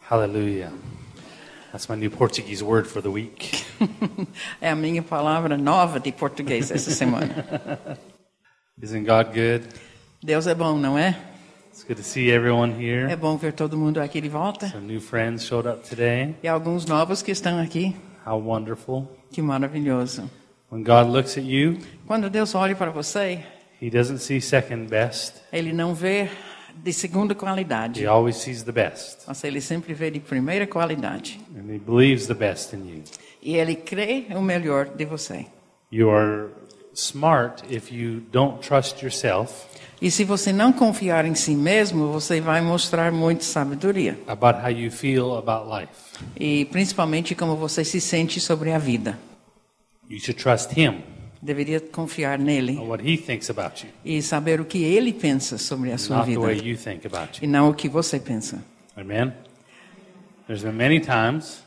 Hallelujah. That's my new Portuguese word for the week. É a minha palavra nova de português essa semana. Isn't God good? Deus é bom, não é? It's good to see everyone É here. bom ver todo mundo aqui de volta. Some new friends showed up today. E alguns novos que estão aqui. How wonderful. Que maravilhoso. When God looks at you, Quando Deus olha para você, He doesn't see second best, Ele não vê de segunda qualidade. He always sees the best. Mas Ele sempre vê de primeira qualidade. And He believes the best in you. E Ele crê o melhor de você. You are smart if you don't trust yourself E se você não confiar em si mesmo, você vai mostrar muita sabedoria. about how you feel about life. E principalmente como você se sente sobre a vida. You should trust Him, Deveria confiar nele. what He thinks about you, e saber o que ele pensa sobre a sua not the vida way you think about you. e não o que você pensa. Amen. There's been many times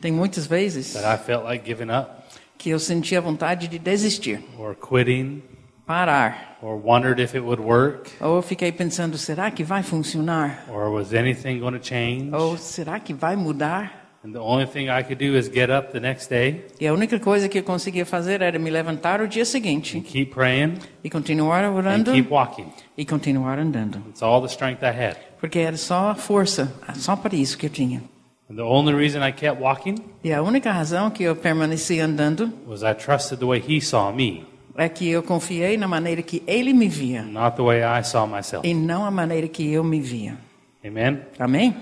Tem muitas vezes that I felt like giving up que eu senti a vontade de desistir, or quitting parar, or wondered if it would work ou eu fiquei pensando, será que vai funcionar? or was anything going to change. Ou será que vai mudar? And the only thing I could do is get up the next day E a única coisa que eu conseguia fazer era me levantar o dia seguinte and keep praying e continuar and orando keep walking. e continuar andando, It's all the strength I had. porque era só a força, só para isso que eu tinha. And the only reason I kept walking E a única razão que eu permaneci andando was I trusted the way he saw me, é que eu confiei na maneira que ele me via not the way I saw myself. e não a maneira que eu me via. Amen. Amém?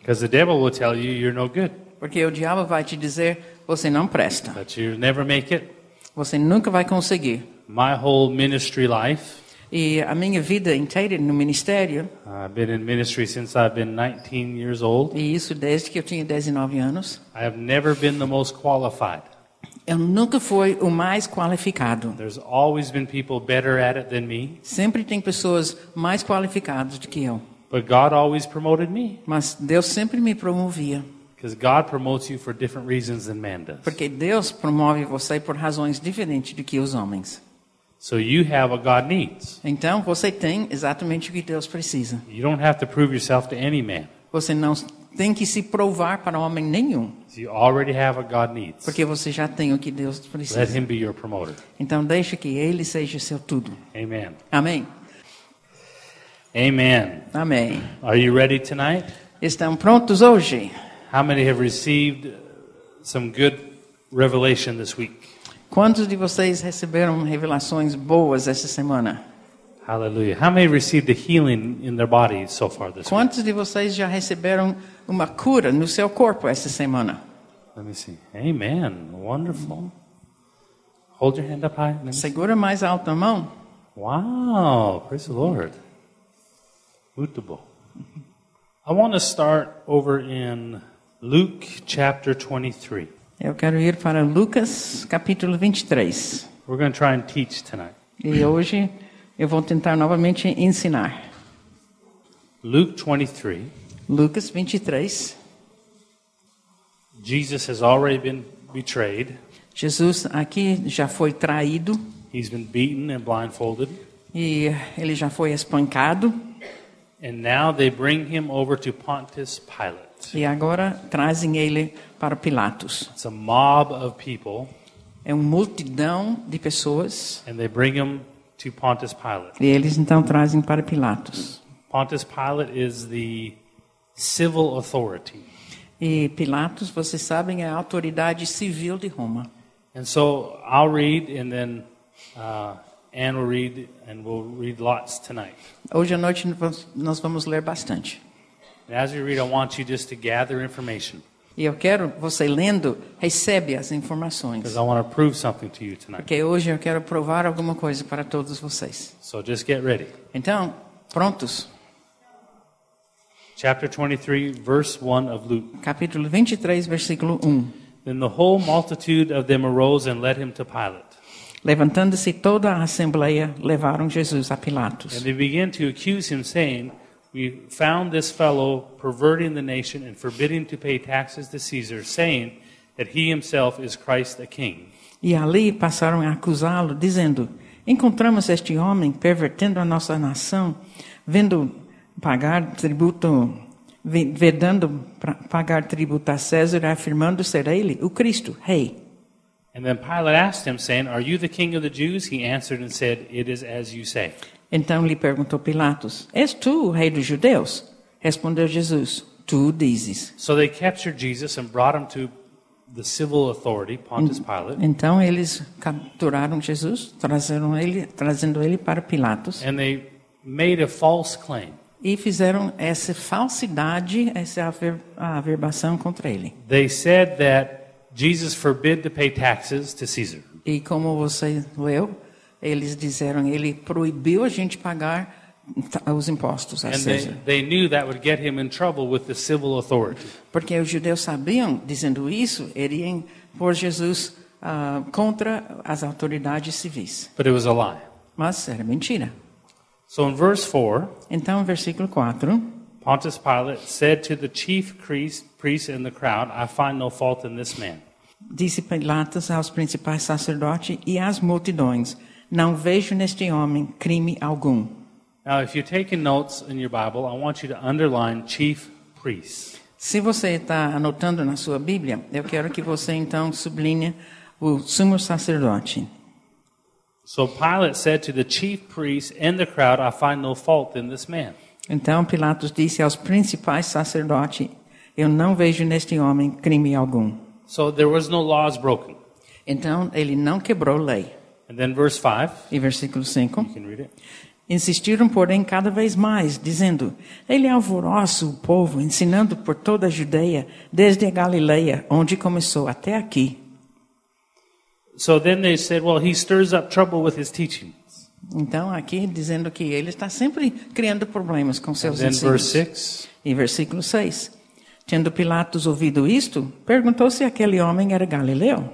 Because the devil will tell you you're no good, Porque o diabo vai te dizer: você não presta, that you'll never make it. você nunca vai conseguir. My whole ministry life E a minha vida inteira no ministério, I've been in ministry since I've been 19 years old. e isso desde que eu tinha 19 anos, I have never been the most qualified. eu nunca fui o mais qualificado. There's always been people better at it than me, Sempre tem pessoas mais qualificadas do que eu. but God always promoted me Mas Deus sempre me promovia. because God promotes you for different reasons than man does. Porque Deus promove você por razões diferentes do que os homens. So you have what God needs. Então você tem exatamente o que Deus precisa. You don't have to prove yourself to any man. Você não tem que se provar para homem nenhum. You already have what God needs. Porque você já tem o que Deus Let precisa. him be your promoter. Então deixa que ele seja seu tudo. Amen. Amém. Amen. Amém. Are you ready tonight? Estão prontos hoje? How many have received some good revelation this week? Quantos de vocês receberam revelações boas essa semana? Hallelujah. How many received a healing in their body so far this week? Quantos de vocês já receberam uma cura no seu corpo essa semana? Let me see. Amen. Wonderful. Hold your hand up high. Let me see. Segura mais alto a mão. Wow. Praise the Lord. Beautiful. I want to start over in Luke chapter 23. Eu quero ir para Lucas, capítulo 23. We're going to try and teach tonight. E hoje eu vou tentar novamente ensinar. Luke 23. Lucas 23. Jesus has already been betrayed. Jesus aqui já foi traído He's been beaten and blindfolded. e ele já foi espancado. And now they bring him over to Pontius Pilate. E agora trazem ele para Pilatos. It's a mob of people É uma multidão de pessoas and they bring him to Pontius Pilate. e eles então trazem para Pilatos. Pontius Pilate is the civil authority. E Pilatos, vocês sabem, é a autoridade civil de Roma. And so I'll read and then uh, Anne will read and we'll read lots tonight. Hoje à noite nós- nós vamos ler bastante. And as we read, I want you just to gather information E eu quero, você lendo, recebe as informações. because I want to prove something to you tonight. Porque hoje eu quero provar alguma coisa para todos vocês. So just get ready. Então, prontos? Chapter 23, verse 1 of Luke. Capítulo 23, versículo 1. Then the whole multitude of them arose and led him to Pilate. Levantando-se toda a assembleia, levaram Jesus a Pilatos. And they began to accuse him, saying, We found this fellow perverting the nation and forbidding to pay taxes to Caesar, saying that he himself is Christ a king. E ali passaram a acusá-lo, dizendo: Encontramos este homem pervertendo a nossa nação, vendo pagar tributo ve- vedando pra- pagar tributo a César, afirmando ser ele o Cristo, rei. And then Pilate asked him, saying, Are you the king of the Jews? He answered and said, It is as you say. Então lhe perguntou Pilatos: És tu o rei dos judeus? Respondeu Jesus: Tu o dizes. So they captured Jesus and brought him to the civil authority, Pontius Pilate, Então eles capturaram Jesus, trazeram ele, trazendo ele para Pilatos and they made a false claim. e fizeram essa falsidade, essa aver, averbação contra ele. They said that Jesus forbid to pay taxes to Caesar. E como você leu, eles disseram ele proibiu a gente pagar ta- os impostos a And they, César. they knew that would get him in trouble with the civil authority. Porque os judeus sabiam, dizendo isso, iriam pôr Jesus ah, contra as autoridades civis. But it was a lie. Mas era mentira. So in verse 4, Então, versículo 4. Pontius Pilate said to the chief priest, priests and the crowd, I find no fault in this man. Disse Pilatos aos principais sacerdotes e às multidões: Não vejo neste homem crime algum. Now, if you're taking notes in your Bible, I want you to underline chief priests. Se você está anotando na sua Bíblia, eu quero que você então sublinhe o sumo sacerdote. So Pilate said to the chief priests and the crowd, I find no fault in this man. Então Pilatos disse aos principais sacerdotes: Eu não vejo neste homem crime algum. So there was no laws broken. Então ele não quebrou lei. And then verse 5, E versículo you 5. can read it. Insistiram, porém, cada vez mais, dizendo: Ele alvoroça o povo, ensinando por toda a Judeia, desde a Galileia, onde começou até aqui. So then they said, Well, he stirs up trouble with his teaching. Então, aqui dizendo que ele está sempre criando problemas com seus Then verse ensinos. 6, E versículo 6. Tendo Pilatos ouvido isto, perguntou se aquele homem era galileu.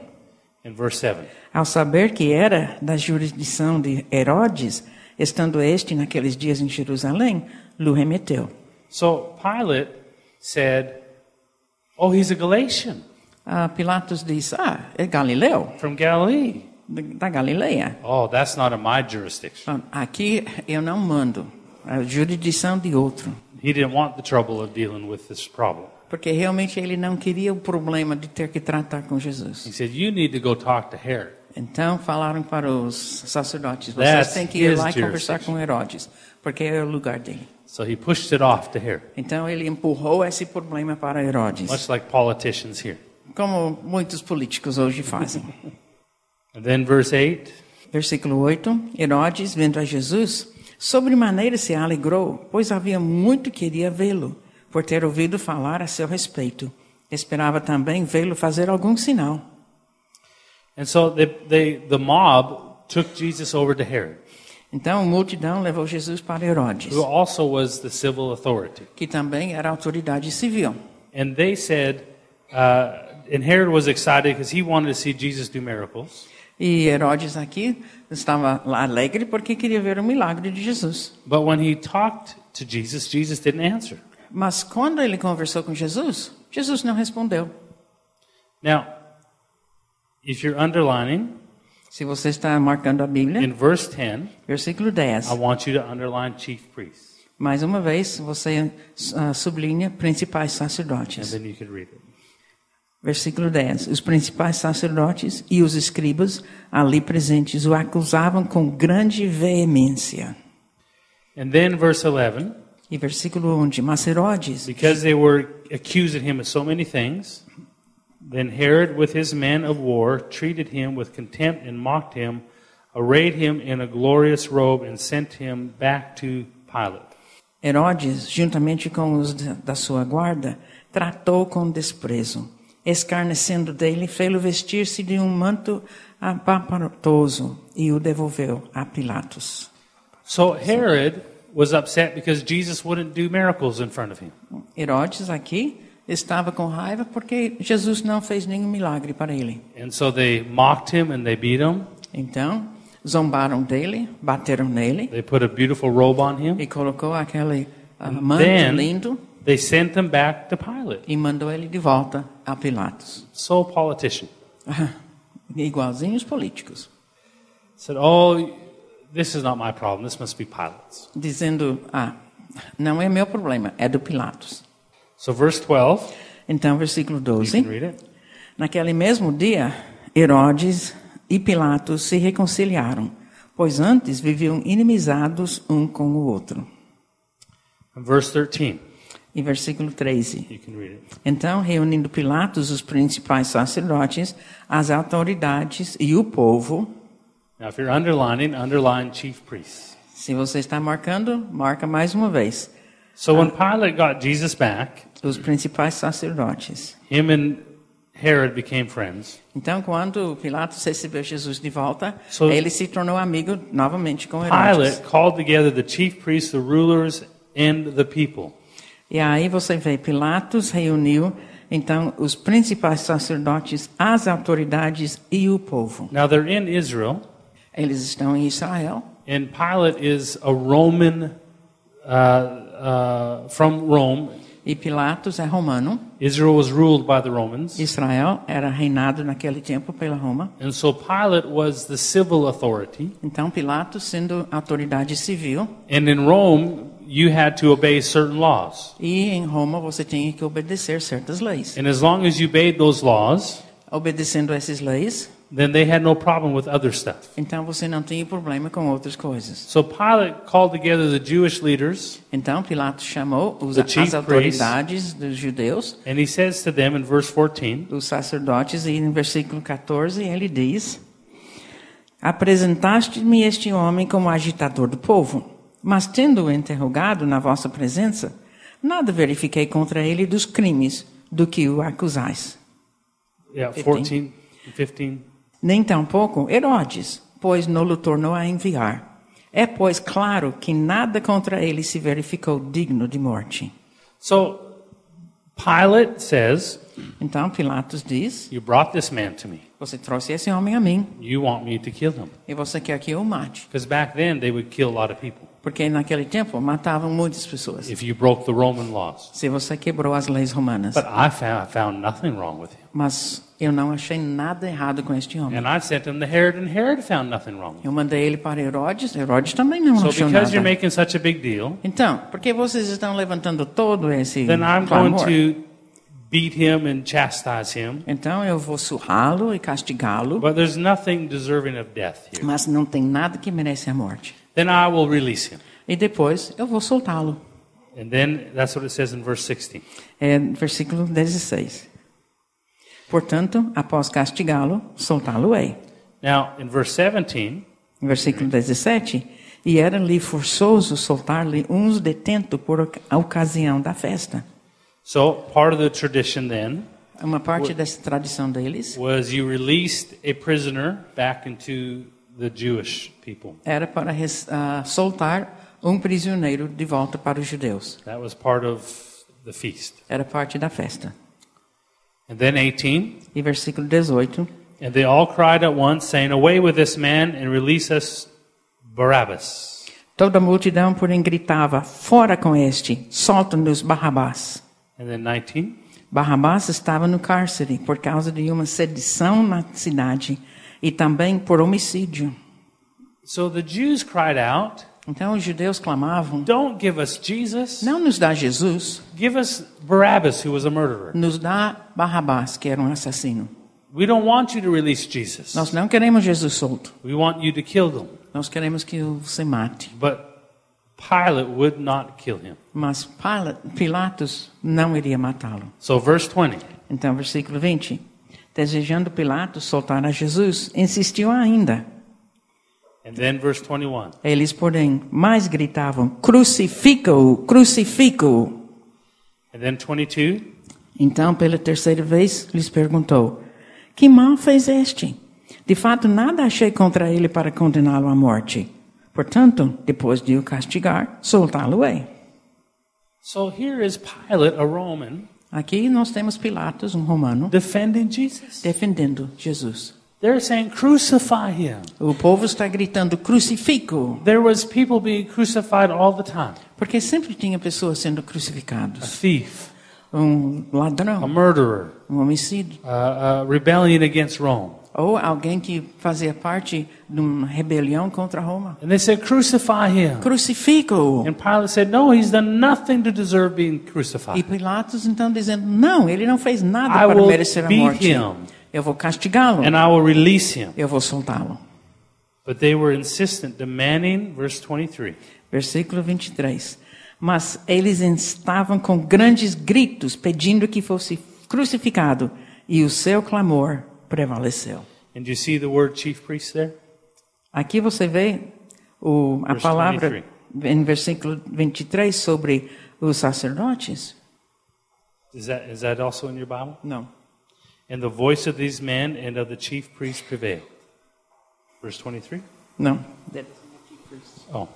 and verse 7. Ao saber que era da jurisdição de Herodes, estando este naqueles dias em Jerusalém, lhe remeteu. So Pilate said, Oh, he's a Galatian Ah, Pilatos diz: Ah, é galileu, from Galilee. da Galileia. Oh, that's not in my jurisdiction. Ah, Aqui eu não mando, é a jurisdição de outro. He didn't want the trouble of dealing with this problem. Porque realmente ele não queria o problema de ter que tratar com Jesus. He said, You need to go talk to Herod. Então falaram para os sacerdotes: That's vocês têm que ir his lá e conversar jurisdiction. com Herodes, porque é o lugar dele. So he pushed it off to Herod, Então ele empurrou esse problema para Herodes, much like politicians here. como muitos políticos hoje fazem. And then verse 8 Versículo 8: Herodes, vendo a Jesus, sobremaneira se alegrou, pois havia muito queria vê-lo, por ter ouvido falar a seu respeito. Esperava também vê-lo fazer algum sinal. And so they, they, the mob took Jesus over to Herod, Então a multidão levou Jesus para Herodes, who also was the civil authority. que também era autoridade civil. And they said, uh, and Herod was excited because he wanted to see Jesus do miracles. E Herodes aqui estava lá alegre porque queria ver o milagre de Jesus. But when he talked to Jesus, Jesus didn't answer. Mas quando ele conversou com Jesus, Jesus não respondeu. Now, if you're underlining, Se você está marcando a Bíblia, in verse 10, versículo I 10. want you to underline chief priests, Mais uma vez, você ah, sublinha principais and sacerdotes. then you can read it. Versículo 10. Os principais sacerdotes e os escribas ali presentes o acusavam com grande veemência. And then verse 11, E versículo 11. Mas Herodes, because they were accusing him of so many things, then Herod with his men of war treated him with contempt and mocked him, arrayed him in a glorious robe, and sent him back to Pilate. Herodes, juntamente com os da da sua guarda, tratou com desprezo. Escarnecendo dele, fê-lo vestir-se de um manto aparatoso e o devolveu a Pilatos. So Herod was upset because Jesus wouldn't do miracles in front of him. Herodes aqui estava com raiva porque Jesus não fez nenhum milagre para ele. And so they mocked him and they beat him. Então, zombaram dele, bateram nele They put a beautiful robe on him. e colocou aquele ah, manto then- lindo They sent him back to Pilate. e mandou ele de volta a Pilatos. So politician Igualzinho os políticos. said, "Oh, this is not my problem. This must be Pilate's." dizendo: Ah, não é meu problema, é do Pilatos. So verse 12, Então, versículo you can 12. read it. Naquele mesmo dia, Herodes e Pilatos se reconciliaram, pois antes viviam inimizados um com o outro. And verse 13, E versículo 13. you can read it. Então, reunindo Pilatos, os principais sacerdotes, as autoridades e o povo, Now, if you're underlining, underline chief priests. se você está marcando, marca mais uma vez, So when Pilate got Jesus back, os principais sacerdotes. him and Herod became friends. Então, quando Pilatos recebeu Jesus de volta, So- Ah, ele se tornou amigo novamente com Herodes. Pilate called together the chief priests, the rulers, and the people. E aí você vê, Pilatos reuniu, então, os principais sacerdotes, as autoridades e o povo. Now they're in Israel, Eles estão em Israel, and Pilate is a Roman uh, uh, from Rome. e Pilatos é romano. Israel was ruled by the Romans, Israel era reinado naquele tempo pela Roma. and so Pilate was the civil authority. Então Pilatos, sendo autoridade civil, And in Rome, you had to obey certain laws, e em Roma você tinha que obedecer certas leis. and as long as you obeyed those laws, Obedecendo essas leis, then they had no problem with other stuff. então você não tinha problema com outras coisas. So Pilate called together the Jewish leaders, Então Pilatos chamou os, The chief as autoridades dos judeus, and he says to them in verse 14. dos sacerdotes, e no versículo 14 ele diz: Apresentaste-me este homem como agitador do povo, mas tendo-o interrogado na vossa presença, nada verifiquei contra ele dos crimes do que o acusais. Yeah, 15. 14, 15. Nem tampouco Herodes, pois não-lo tornou a enviar. É, pois, claro que nada contra ele se verificou digno de morte. So Pilate says, Então Pilatos diz: You brought this man to me. Você trouxe esse homem a mim, You want me to kill him. e você quer que eu o mate. Because back then they would kill a lot of people Porque naquele tempo matavam muitas pessoas. if you broke the Roman laws. Se você quebrou as leis romanas. But I found, found nothing wrong with him. Mas eu não achei nada errado com este homem. And I sent him to Herod, and Herod found nothing wrong with him. Eu mandei ele para Herodes, Herodes também não So achou because nada. you're making such a big deal, Então, porque vocês estão levantando todo esse then I'm going clamor? to beat him and chastise him. Então eu vou surrá-lo e castigá-lo, But there's nothing deserving of death here. mas não tem nada que merece a morte. Then I will release him. E depois eu vou soltá-lo. And then that's what it says in verse 16. É versículo 16. Portanto, após castigá-lo, soltá-lo-ei. Now, in verse 17, Versículo 17. E era-lhe forçoso soltar-lhe uns detento por oc- a ocasião da festa. so part of the tradition then Uma parte dessa tradição deles was you released a prisoner back into the Jewish people. era para res- ah, soltar um prisioneiro de volta para os judeus. That was part of the feast. Era parte da festa. And then 18, E versículo 18. and they all cried at once, saying, Away with this man and release us Barabbas. Toda a multidão, porém, gritava: Fora com este, solta-nos Barrabás. And then 19, Barrabás estava no cárcere por causa de uma sedição na cidade e também por homicídio. so the Jews cried out, Então os judeus clamavam: Don't give us Jesus, Não nos dá Jesus, give us Barabbas, who was a murderer. nos dá Barrabás, que era um assassino. We don't want you to release Jesus. Nós não queremos Jesus solto, We want you to kill them. nós queremos que o se mate. But Pilate would not kill him. Mas Pila- Pilatos não iria matá-lo. So, verse 20. Então, versículo 20. Desejando Pilatos soltar a Jesus, insistiu ainda. And then verse 21. Eles, porém, mais gritavam: Crucifica-o! Crucifica-o! And then 22. Então, pela terceira vez, lhes perguntou: Que mal fez este? De fato, nada achei contra ele para condená-lo à morte. Portanto, depois de o castigar, soltá-lo-ei. So, here is Pilate, a Roman, Aqui nós temos Pilatos, um romano, defending Jesus. defendendo Jesus. They're saying, crucify him. O povo está gritando: Crucifica-o! There was people being crucified all the time. Porque sempre tinha pessoas sendo A crucificadas. thief, Um a ladrão, murderer, um homicídio, uh, uh, rebellion against Rome. Ou alguém que fazia parte de uma rebelião contra Roma. And they said, Crucify him. Crucifica-o. And Pilate said, No, he's done nothing to deserve being E crucified. Pilatos então dizendo: Não, ele não fez nada I para will merecer a beat morte. him. Eu vou castigá-lo. And I will release him. Eu vou soltá-lo. But they were insistent, demanding, verse 23. Versículo 23. Mas eles estavam com grandes gritos, pedindo que fosse crucificado, e o seu clamor prevaleceu. And do you see the word chief priest there? Aqui você vê o, a Verse palavra em versículo 23 sobre os sacerdotes? Is that, is that also in your Bible? Não. And the voice of these men and of the chief priest prevailed. Verse 23? Não. Oh.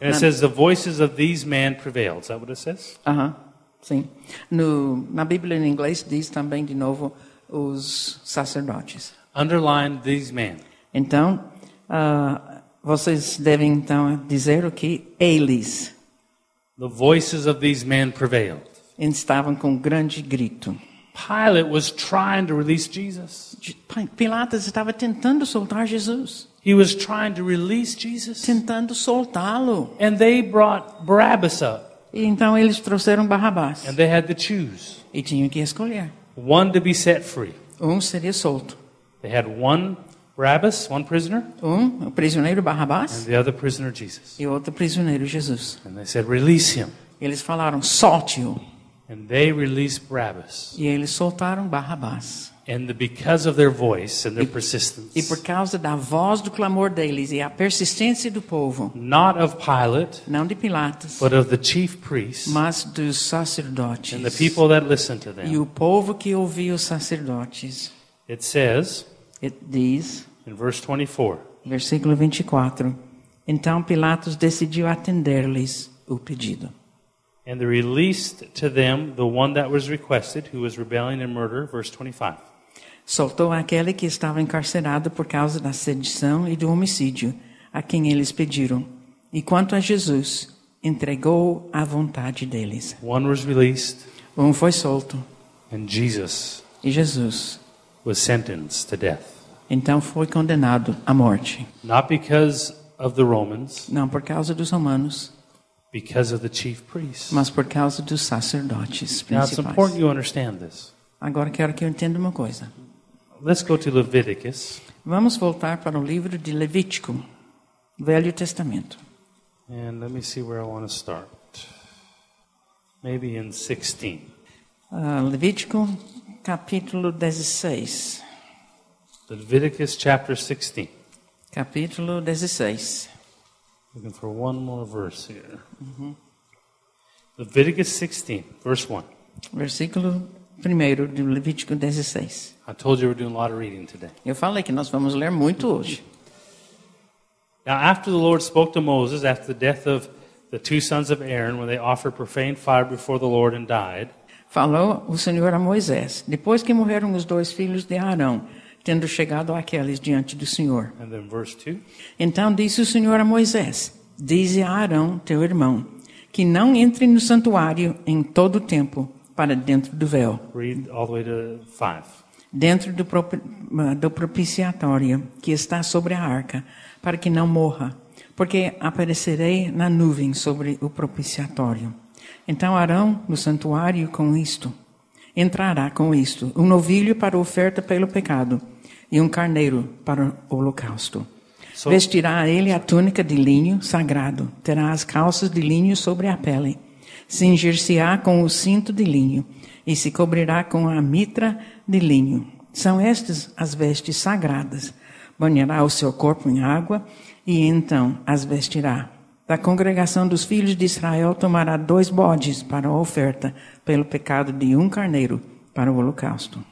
And it says, The voices of these men prevailed. Is that what it says? Aham, sim. No, na Bíblia em inglês diz também de novo os sacerdotes. Underline these men. Então, ah, vocês devem então dizer o que eles The voices of these men prevailed. estavam com grande grito. Pilate was trying to release Jesus. Pilatos estava tentando soltar Jesus, He was trying to release Jesus. tentando soltá-lo. And they brought Barabbas up, E então eles trouxeram Barrabás and they had to choose e tinham que escolher. one to be set free. Um seria solto, They had one Barabbas, one prisoner, um o prisioneiro and Barrabás the other prisoner Jesus. e outro prisioneiro Jesus. And they said, Release him. Eles falaram solte-o And they released Barabbas. e eles soltaram Barrabás. And the, because of their voice and their E por persistence, causa da voz do clamor deles e a persistência do povo, not of Pilate, não de Pilatos, but of the chief priests mas dos and the sacerdotes people that listened to e them, o povo que ouvia os sacerdotes. it says E Diz, in verse 24 versículo 24: Então Pilatos decidiu atender-lhes o pedido. And they released to them the one that was requested, who was rebelling and murder, verse 25. Soltou aquele que estava encarcerado por causa da sedição e do homicídio, a quem eles pediram. E quanto a Jesus, entregou à vontade deles. One was released, Um foi solto, and Jesus e Jesus was sentenced to death. Então foi condenado à morte, Not because of the Romans, não por causa dos romanos, because of the chief priests. mas por causa dos sacerdotes Now, it's important principais. you understand this. Agora quero que eu entenda uma coisa. Let's go to Leviticus. Vamos voltar para o livro de Levítico, Velho Testamento. And let me see where I want to start. Maybe in 16. Ah, Levítico, capítulo 16. Leviticus chapter 16. Capítulo 16. Looking for one more verse here. Leviticus 16, verse 1. Versículo 1 de Levítico 16. I told you we're doing a lot of reading today. Eu falei que nós vamos ler muito hoje. Now, after the Lord spoke to Moses after the death of the two sons of Aaron, when they offered profane fire before the Lord and died, Falou o Senhor a Moisés, depois que morreram os dois filhos de Arão, tendo chegado aqueles diante do Senhor. and then verse 2, Então disse o Senhor a Moisés: Dize a Arão, teu irmão, que não entre no santuário em todo o tempo, para dentro do véu, read all the way to 5. dentro do, propi- do propiciatório que está sobre a arca, para que não morra, porque aparecerei na nuvem sobre o propiciatório. Então Arão, no santuário, com isto, entrará com isto: um novilho para oferta pelo pecado e um carneiro para o holocausto. So- Vestirá a ele a túnica de linho sagrado, terá as calças de linho sobre a pele, cingir-se-á com o cinto de linho e se cobrirá com a mitra de linho. São estas as vestes sagradas. Banhará o seu corpo em água e então as vestirá. Da congregação dos filhos de Israel tomará dois bodes para a oferta pelo pecado de um carneiro para o holocausto.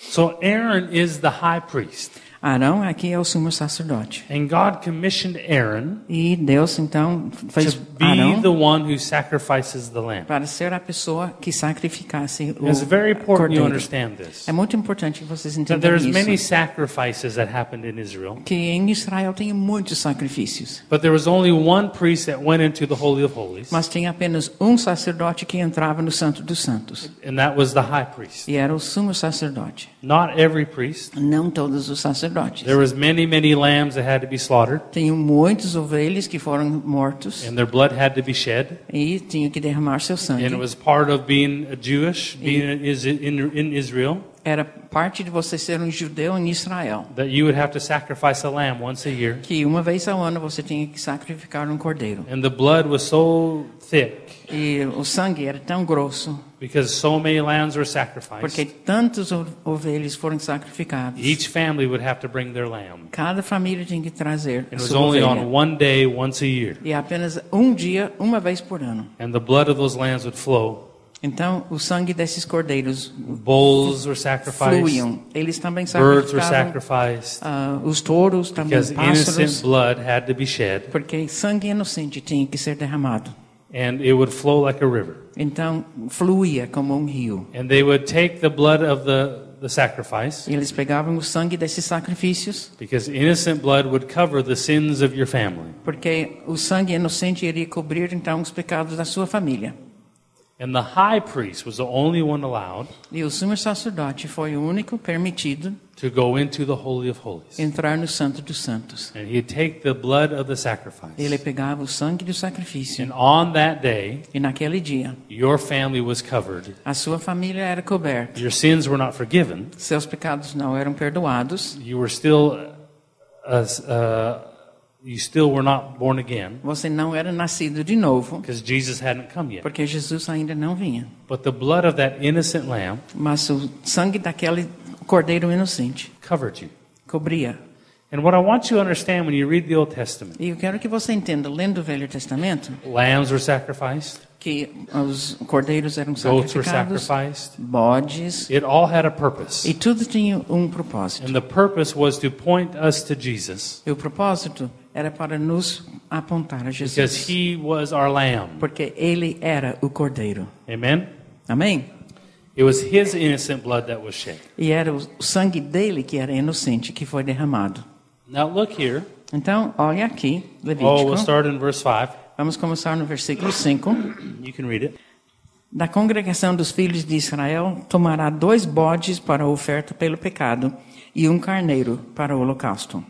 So Aaron is the high priest. Arão aqui é o sumo sacerdote. And God commissioned Aaron E Deus então to fez be Arão the one who sacrifices the lamb. para ser a pessoa que sacrificasse o It's very important you cordeiro. understand this. É muito importante que vocês That there's entendam many isso. sacrifices that happened in Israel, Que em Israel tem muitos sacrifícios, but there was only one priest that went into the holy of holies, mas tinha apenas um sacerdote que entrava no Santo dos Santos, and that was the high priest. e era o sumo sacerdote. Not every priest. Não todos os sacerdotes. There was many, many lambs that had to be slaughtered, Tinham muitos ovelhas que foram mortos and their blood had to be shed. e tinham que derramar seu And it sangue. was part of being a Jewish, being in, Is- in, in Israel, Era parte de você ser um judeu em Israel. that you would have to sacrifice a lamb once a year. que uma vez ao ano você tinha que sacrificar um cordeiro. And the blood was so thick E o sangue era tão grosso, because so many lambs were porque sacrificed. tantos o- ovelhos foram sacrificados. Each family would have to bring their lamb. Cada família tinha que trazer a It was sua only ovelha. on one day, once a year. E apenas um dia, uma vez por ano. And the blood of those lambs would flow. Então, o sangue desses cordeiros Bulls were sacrificed, fluíam. Eles também birds were sacrificavam sacrificed ah, os touros, também because innocent pássaros, blood had to be shed, porque sangue inocente tinha que ser derramado. and it would flow like a river. Então, fluía como um rio. And they would take the blood of the, the sacrifice Eles pegavam o sangue desses sacrifícios because innocent blood would cover the sins of your family. Porque o sangue inocente iria cobrir então os pecados da sua família. And the high priest was the only one allowed E o sumo sacerdote foi o único permitido to go into the Holy of Holies. entrar no Santo dos Santos. And he'd take the blood of the sacrifice. Ele pegava o sangue do sacrifício. And on that day, E naquele dia, your family was covered. a sua família era coberta. Your sins were not forgiven. Seus pecados não eram perdoados. You were still, uh, uh, you still were not born again Você não era nascido de novo, because Jesus hadn't come yet. porque Jesus ainda não vinha. But the blood of that innocent lamb Mas o sangue daquele cordeiro inocente covered you. cobria. And what I want you to understand when you read the Old Testament, E eu quero que você entenda, lendo o Velho Testamento, lambs were sacrificed, que os cordeiros eram goats were sacrificados, sacrificed. bodes, It all had a purpose. e tudo tinha um propósito. And the purpose was to point us to Jesus E o propósito era para nos apontar a Jesus, because he was our lamb. porque ele era o cordeiro. Amen? Amém? It was his innocent blood that was shed. E era o o sangue dele que era inocente que foi derramado. Now look here. Então, olha aqui, Oh, we'll Levítico. start in verse 5. Vamos começar no versículo 5. You can read it. Da congregação dos filhos de Israel tomará dois bodes para a oferta pelo pecado e um carneiro para o holocausto.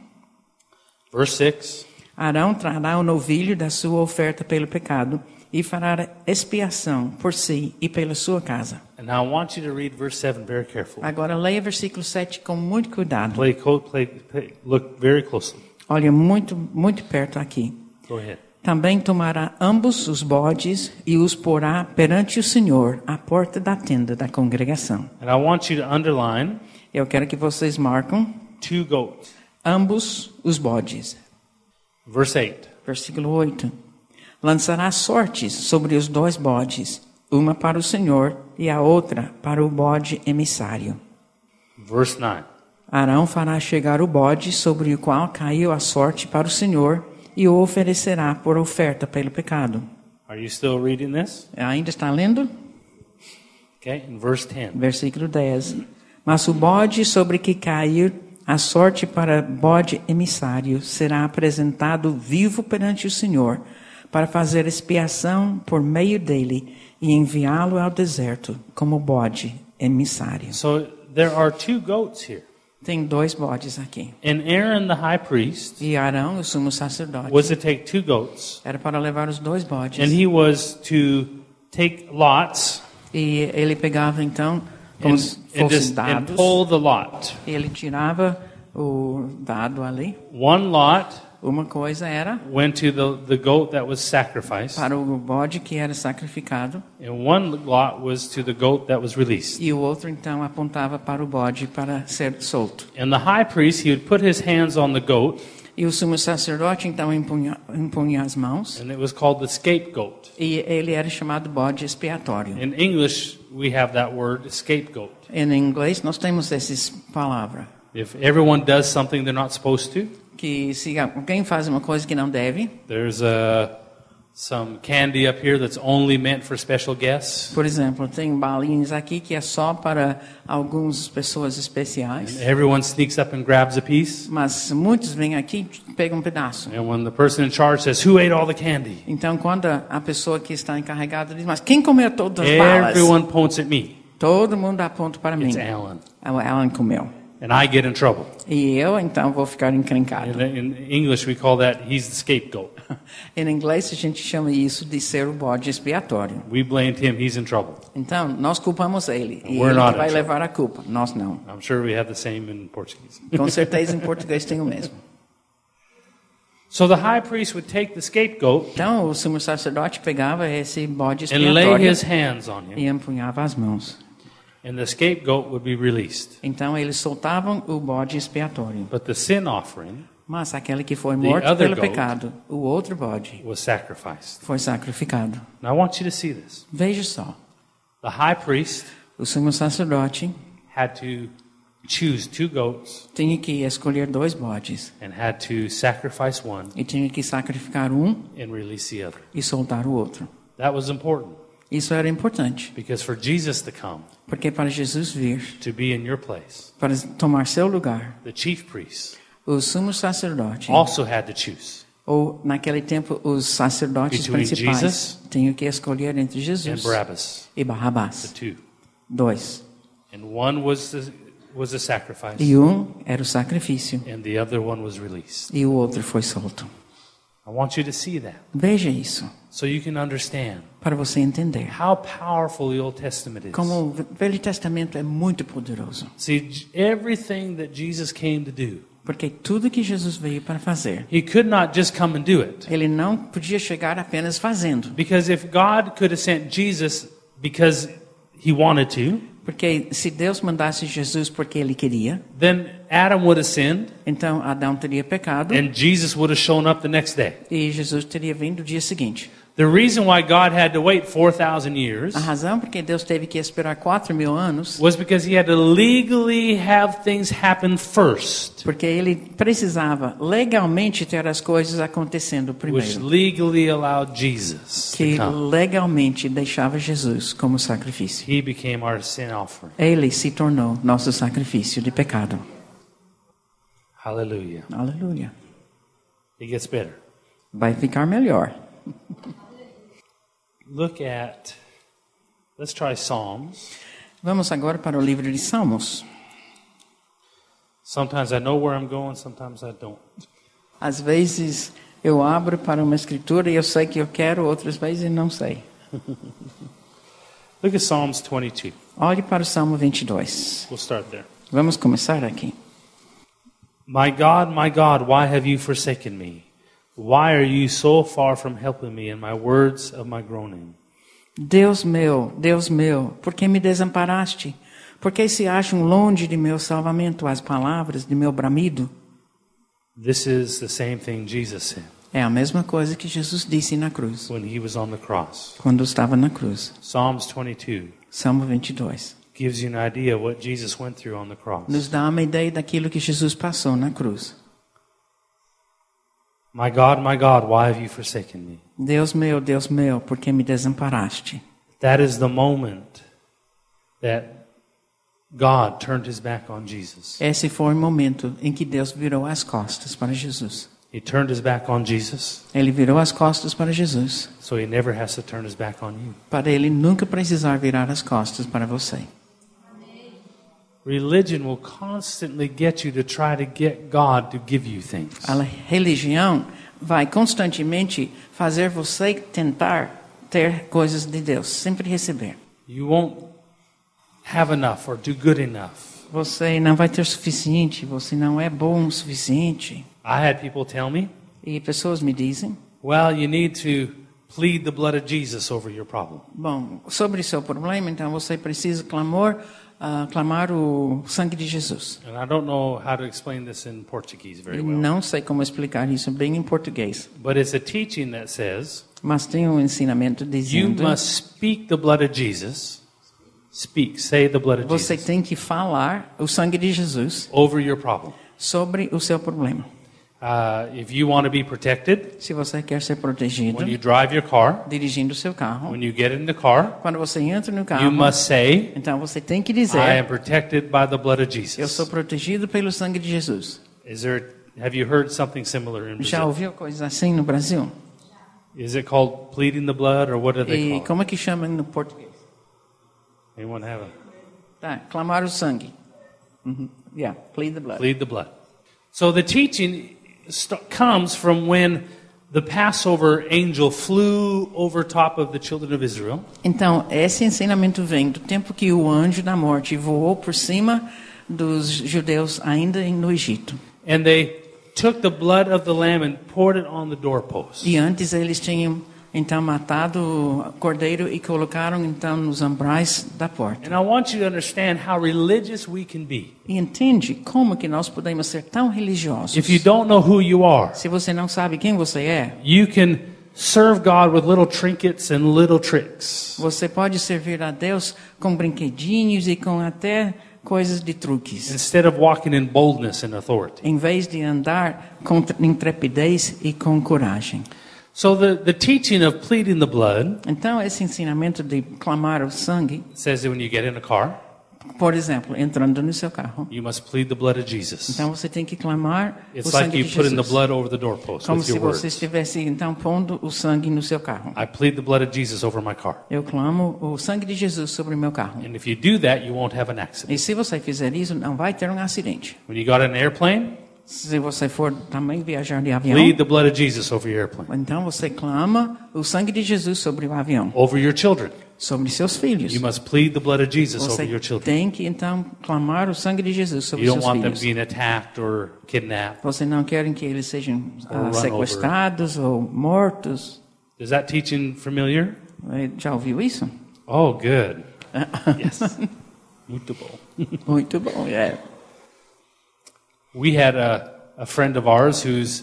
Verse 6. Arão trará o novilho da sua oferta pelo pecado e fará expiação por si e pela sua casa. And now I want you to read verse 7 very carefully. Agora leia versículo 7 com muito cuidado. Play, co- play, play, look very closely. Olha muito, muito perto aqui. Go ahead. Também tomará ambos os bodes e os porá perante o Senhor à porta da tenda da congregação. And I want you to underline Eu quero que vocês marcam two goats. ambos os bodes. Verse 8. Versículo 8. Lançará sortes sobre os dois bodes, uma para o Senhor e a outra para o bode emissário. Verse 9. Arão fará chegar o bode sobre o qual caiu a sorte para o Senhor e o oferecerá por oferta pelo pecado. Are you still reading this? Ainda está lendo? Okay. In verse 10. Versículo 10. Mas o bode sobre que cair a sorte para bode emissário será apresentado vivo perante o Senhor, para fazer expiação por meio dele e enviá-lo ao deserto como bode emissário. So there are two goats here. Tem dois bodes aqui. And Aaron the high priest E Arão, o sumo sacerdote, was to take two goats, era para levar os dois and bodes. he was to take lots E ele pegava então, como and, se and, fossem just, and dados, pull the lot. ele tirava o dado ali. One lot Uma coisa era went to the, the goat that was sacrificed, para o bode que era sacrificado and one lot was to the goat that was released. e o outro então apontava para o bode para ser solto. And the high priest, he would put his hands on the goat, E o sumo sacerdote então empunha, empunha as mãos and it was called the scapegoat. e ele era chamado bode expiatório. In English, we have that word scapegoat. Em inglês nós temos essas palavras. If everyone does something they're not supposed to, Que se alguém faz uma coisa que não deve, there's uh, some candy up here that's only meant for special guests. por exemplo, tem balinhas aqui que é só para algumas pessoas especiais, Everyone sneaks up and grabs a piece. mas muitos vêm aqui e pegam um pedaço. And when the person in charge says, Who ate all the candy? Então, quando a a pessoa que está encarregada diz, mas quem comeu todas as balas? Everyone points at me. Todo mundo aponta para mim. It's Alan. Ela Alan comeu. And I get in trouble. E eu, então, vou ficar encrencado. In, in English, we call that he's the scapegoat. Em inglês, a gente chama isso de ser o bode expiatório. We blamed him, he's in trouble. Então, nós culpamos ele. E We're ele not que vai in trouble. levar a culpa. Nós não. I'm sure we have the same in Portuguese. Com certeza, em português tem o mesmo. So the high priest would take the scapegoat Então, o sumo sacerdote pegava esse bode and lay expiatório his hands on him, e empunhava as mãos. and the scapegoat would be released. Então, eles soltavam o bode expiatório. But the sin offering Mas aquele que foi The morto other pelo goat. pecado, o outro bode, was sacrificed. foi sacrificado. Now I want you to see this. Veja só. The high priest O sumo sacerdote had to choose two goats tinha que escolher dois bodes. and had to sacrifice one E tinha que sacrificar um and release the other. e soltar o outro. That was important Isso era importante, because for Jesus to come, porque para Jesus vir, to be in your place, para tomar seu lugar, the chief priest o sumo sacerdote, also had to choose ou naquele tempo os sacerdotes Between principais, Jesus tinham que escolher entre and Jesus Barabbas, the e Barrabás. two. Dois. And one was the, was a sacrifice E um era o sacrifício, and the other one was released. e o outro foi solto. I want you to see that Veja isso, so you can understand para você entender how powerful the Old Testament is. como o Velho Testamento é muito poderoso. See, j- everything that Jesus came to do, Porque tudo que Jesus veio para fazer, he could not just come and do it. ele não podia chegar apenas fazendo. Because if God could have sent Jesus because he wanted to, Porque se Deus mandasse Jesus porque ele queria, then Adam would have sinned então Adão teria pecado and Jesus would have shown up the next day. e Jesus teria vindo no dia seguinte. The reason why God had to wait 4,000 years A razão por que Deus teve que esperar quatro mil anos, was because he had to legally have things happen first, porque ele precisava legalmente ter as coisas acontecendo which primeiro, legally allowed Jesus to que come. legalmente deixava Jesus como sacrifício. He became our sin offering. Ele se tornou nosso sacrifício de pecado. Hallelujah. Aleluia. It gets better. Vai ficar melhor. Look at, let's try Psalms. Vamos agora para o livro de Salmos. Sometimes I know where I'm going, sometimes I don't. Às vezes eu abro para uma escritura e eu sei que eu quero, outras vezes não sei. Look at Psalms 22. Olhe para o Salmo 22. We'll start there. Vamos começar aqui. My God, my God, why have you forsaken me? Why are you so far from helping me in my words of my groaning? Deus meu, Deus meu, por que me desamparaste? Por que se acham longe de meu salvamento as palavras de meu bramido? This is the same thing Jesus said É a mesma coisa que Jesus disse na cruz, when he was on the cross. quando estava na cruz. Psalms 22 Salmo 22. gives you an idea of what Jesus went through on the cross. Nos dá uma ideia daquilo que Jesus passou na cruz. My God, my God, why have you forsaken me? Deus meu, Deus meu, por que me desamparaste? That is the moment that God turned his back on Jesus. Esse foi o momento em que Deus virou as costas para Jesus. He turned his back on Jesus, Ele virou as costas para Jesus, so he never has to turn his back on you. para ele nunca precisar virar as costas para você. Religion will constantly get you to try to get God to give you things. A religião vai constantemente fazer você tentar ter coisas de Deus, sempre receber. You won't have enough or do good enough. Você não vai ter suficiente, você não é bom o suficiente. I had people tell me, E pessoas me dizem: well, you need to plead the blood of Jesus over your problem. bom, sobre seu problema, então você precisa clamar, ah, clamar o sangue de Jesus. And I don't know how to explain this in Portuguese very Eu well. não sei como explicar isso bem em português, But it's a teaching that says mas tem um ensinamento you dizendo must speak the blood of Jesus Speak, say the blood of Você Jesus tem que falar o sangue de Jesus over your problem. sobre o seu problema. Uh, if you want to be protected, Se você quer ser protegido, when you drive your car, dirigindo o seu carro, when you get in the car, quando você entra no you carro, must say, então você tem que I dizer: am protected by the blood of Eu sou Jesus. protegido pelo sangue de Jesus. Is there, have you heard something similar in Já Brazil? ouviu coisa assim no Brasil? Is it called pleading the blood or what do they E call it? como é que chama no português? Anyone have it? Tá, clamar o sangue. Uhum. Yeah, plead the blood. Plead the blood. So the teaching st- comes from when the Passover angel flew over top of the children of Israel. Então, esse ensinamento vem do tempo que o anjo da morte voou por cima dos judeus ainda em- no Egito. And they took the blood of the lamb and poured it on the doorposts. E antes eles tinham então matado o cordeiro e colocaram então nos ambrais da porta. And I want you to understand how religious we can be. E entende como que nós podemos ser tão religiosos? If you don't know who you are, Se você não sabe quem você é, you can serve God with little trinkets and little tricks. você pode servir a Deus com brinquedinhos e com até coisas de truques. Instead of walking in boldness and authority. em vez de andar com tre- intrepidez e com coragem. So the, the teaching of pleading the blood Então, esse ensinamento de clamar o sangue, says that when you get in a car, por exemplo, entrando no seu carro, you must plead the blood of Jesus. então você tem que clamar o It's like sangue you de put in the Jesus. blood over the doorpost Como with se your você words. estivesse então pondo o sangue no seu carro. I plead the blood of Jesus over my car. Eu clamo o sangue de Jesus sobre o meu carro. And if you do that, you won't have an accident. E se você fizer isso, não vai ter um acidente. When you got on an airplane, Se você for também viajar de avião, plead the blood of Jesus over your airplane, então você clama o sangue de Jesus sobre o avião, over your children. sobre seus filhos. You must plead the blood of Jesus over Você your children. tem que então clamar o sangue de Jesus You sobre don't seus want them filhos. being attacked or kidnapped. Você não quer que eles sejam ah, run over. sequestrados ou mortos. Is that teaching familiar? Eh, Já ouviu isso? Oh, good. Yes. Mutable. Muito bom, é. We had a, a friend of ours whose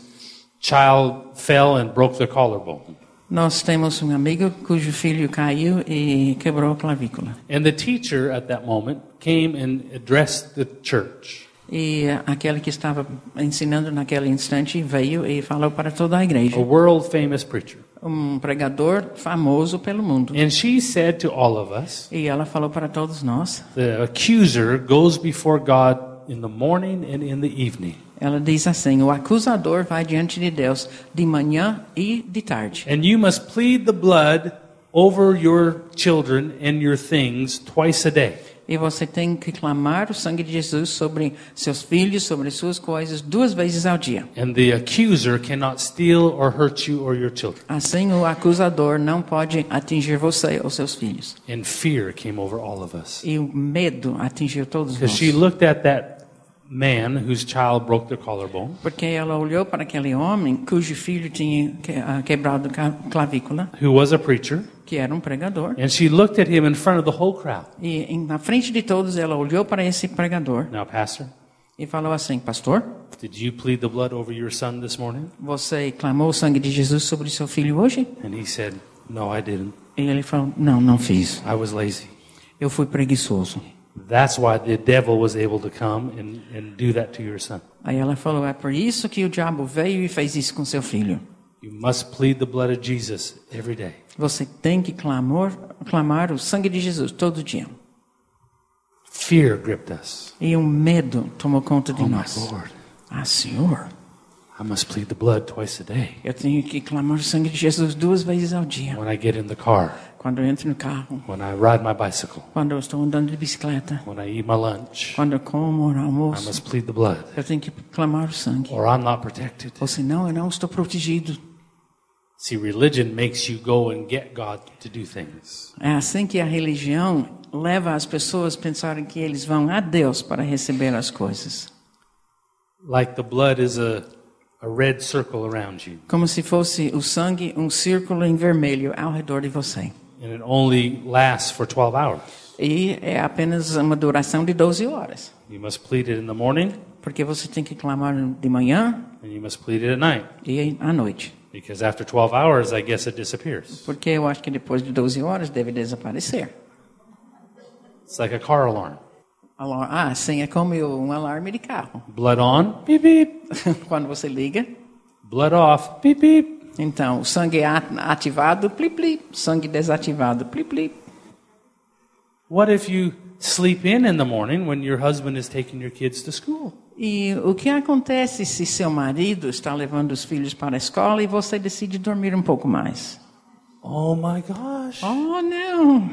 child fell and broke their collarbone. Nós temos um amigo cujo filho caiu e quebrou a clavícula. And the teacher at that moment came and addressed the church. E eh, aquele que estava ensinando naquele instante veio e falou para toda a a igreja. world famous preacher. Um pregador famoso pelo mundo. And she said to all of us, E ela falou para todos nós. The accuser goes before God in the morning and in the evening. Ela diz assim: o acusador vai diante de Deus de manhã e de tarde. And you must plead the blood over your children and your things twice a day. E você tem que clamar o sangue de Jesus sobre seus filhos, sobre suas coisas, duas vezes ao dia. And the accuser cannot steal or hurt you or your children. Assim, o acusador não pode atingir você ou seus filhos. And fear came over all of us. E o medo atingiu todos Because nós. she looked at that man whose child broke their collarbone, Porque ela olhou para aquele homem cujo filho tinha que- ah, quebrado ca- clavícula, who was a preacher, que era um pregador. and she looked at him in front of the whole crowd. E em- na frente de todos, ela olhou para esse pregador Now, Pastor, e falou assim: Pastor, did you plead the blood over your son this morning? Você clamou o sangue de Jesus sobre seu filho hoje? And he said, No, I didn't. E ele falou: Não, não fiz. I was lazy. Eu fui preguiçoso. That's why the devil was able to come and, and do that to your son. Aí ela falou: É por isso que o diabo veio e fez isso com seu filho. You must plead the blood of Jesus every day. Você tem que clamor, clamar o sangue de Jesus todo dia. Fear gripped us. E o medo tomou conta de Oh, my nós. Lord. Ah, Senhor, I must plead the blood twice a day eu tenho que clamar o sangue de Jesus duas vezes ao dia. when I get in the car, Quando eu entro no carro, when I ride my bicycle, quando eu estou andando de bicicleta, when I eat my lunch. quando eu como no I almoço, must plead the blood, eu tenho que clamar o sangue. or I'm not protected. Ou senão eu não estou protegido. See, religion makes you go and get God to do things. É assim que a religião leva as pessoas a pensarem que eles vão a Deus para receber as coisas. Like the blood is a, a red circle around you, Como se fosse o sangue um círculo em vermelho ao redor de você. and it only lasts for 12 hours. E é apenas uma duração de 12 horas. You must plead it in the morning Porque você tem que clamar de manhã and you must plead it at night e à noite. because after 12 hours, I guess it disappears. Porque eu acho que depois de 12 horas deve desaparecer. It's like a car alarm. Alar- Ah, sim, é como eu- um alarme de carro. Blood on, beep beep. Quando você liga, Blood off, beep beep. então, o sangue a- ativado, pli pli, sangue desativado, pli pli. What if you sleep in in the morning when your husband is taking your kids to school? E o que acontece se seu marido está levando os filhos para a escola e você decide dormir um pouco mais? Oh my gosh. Oh, não!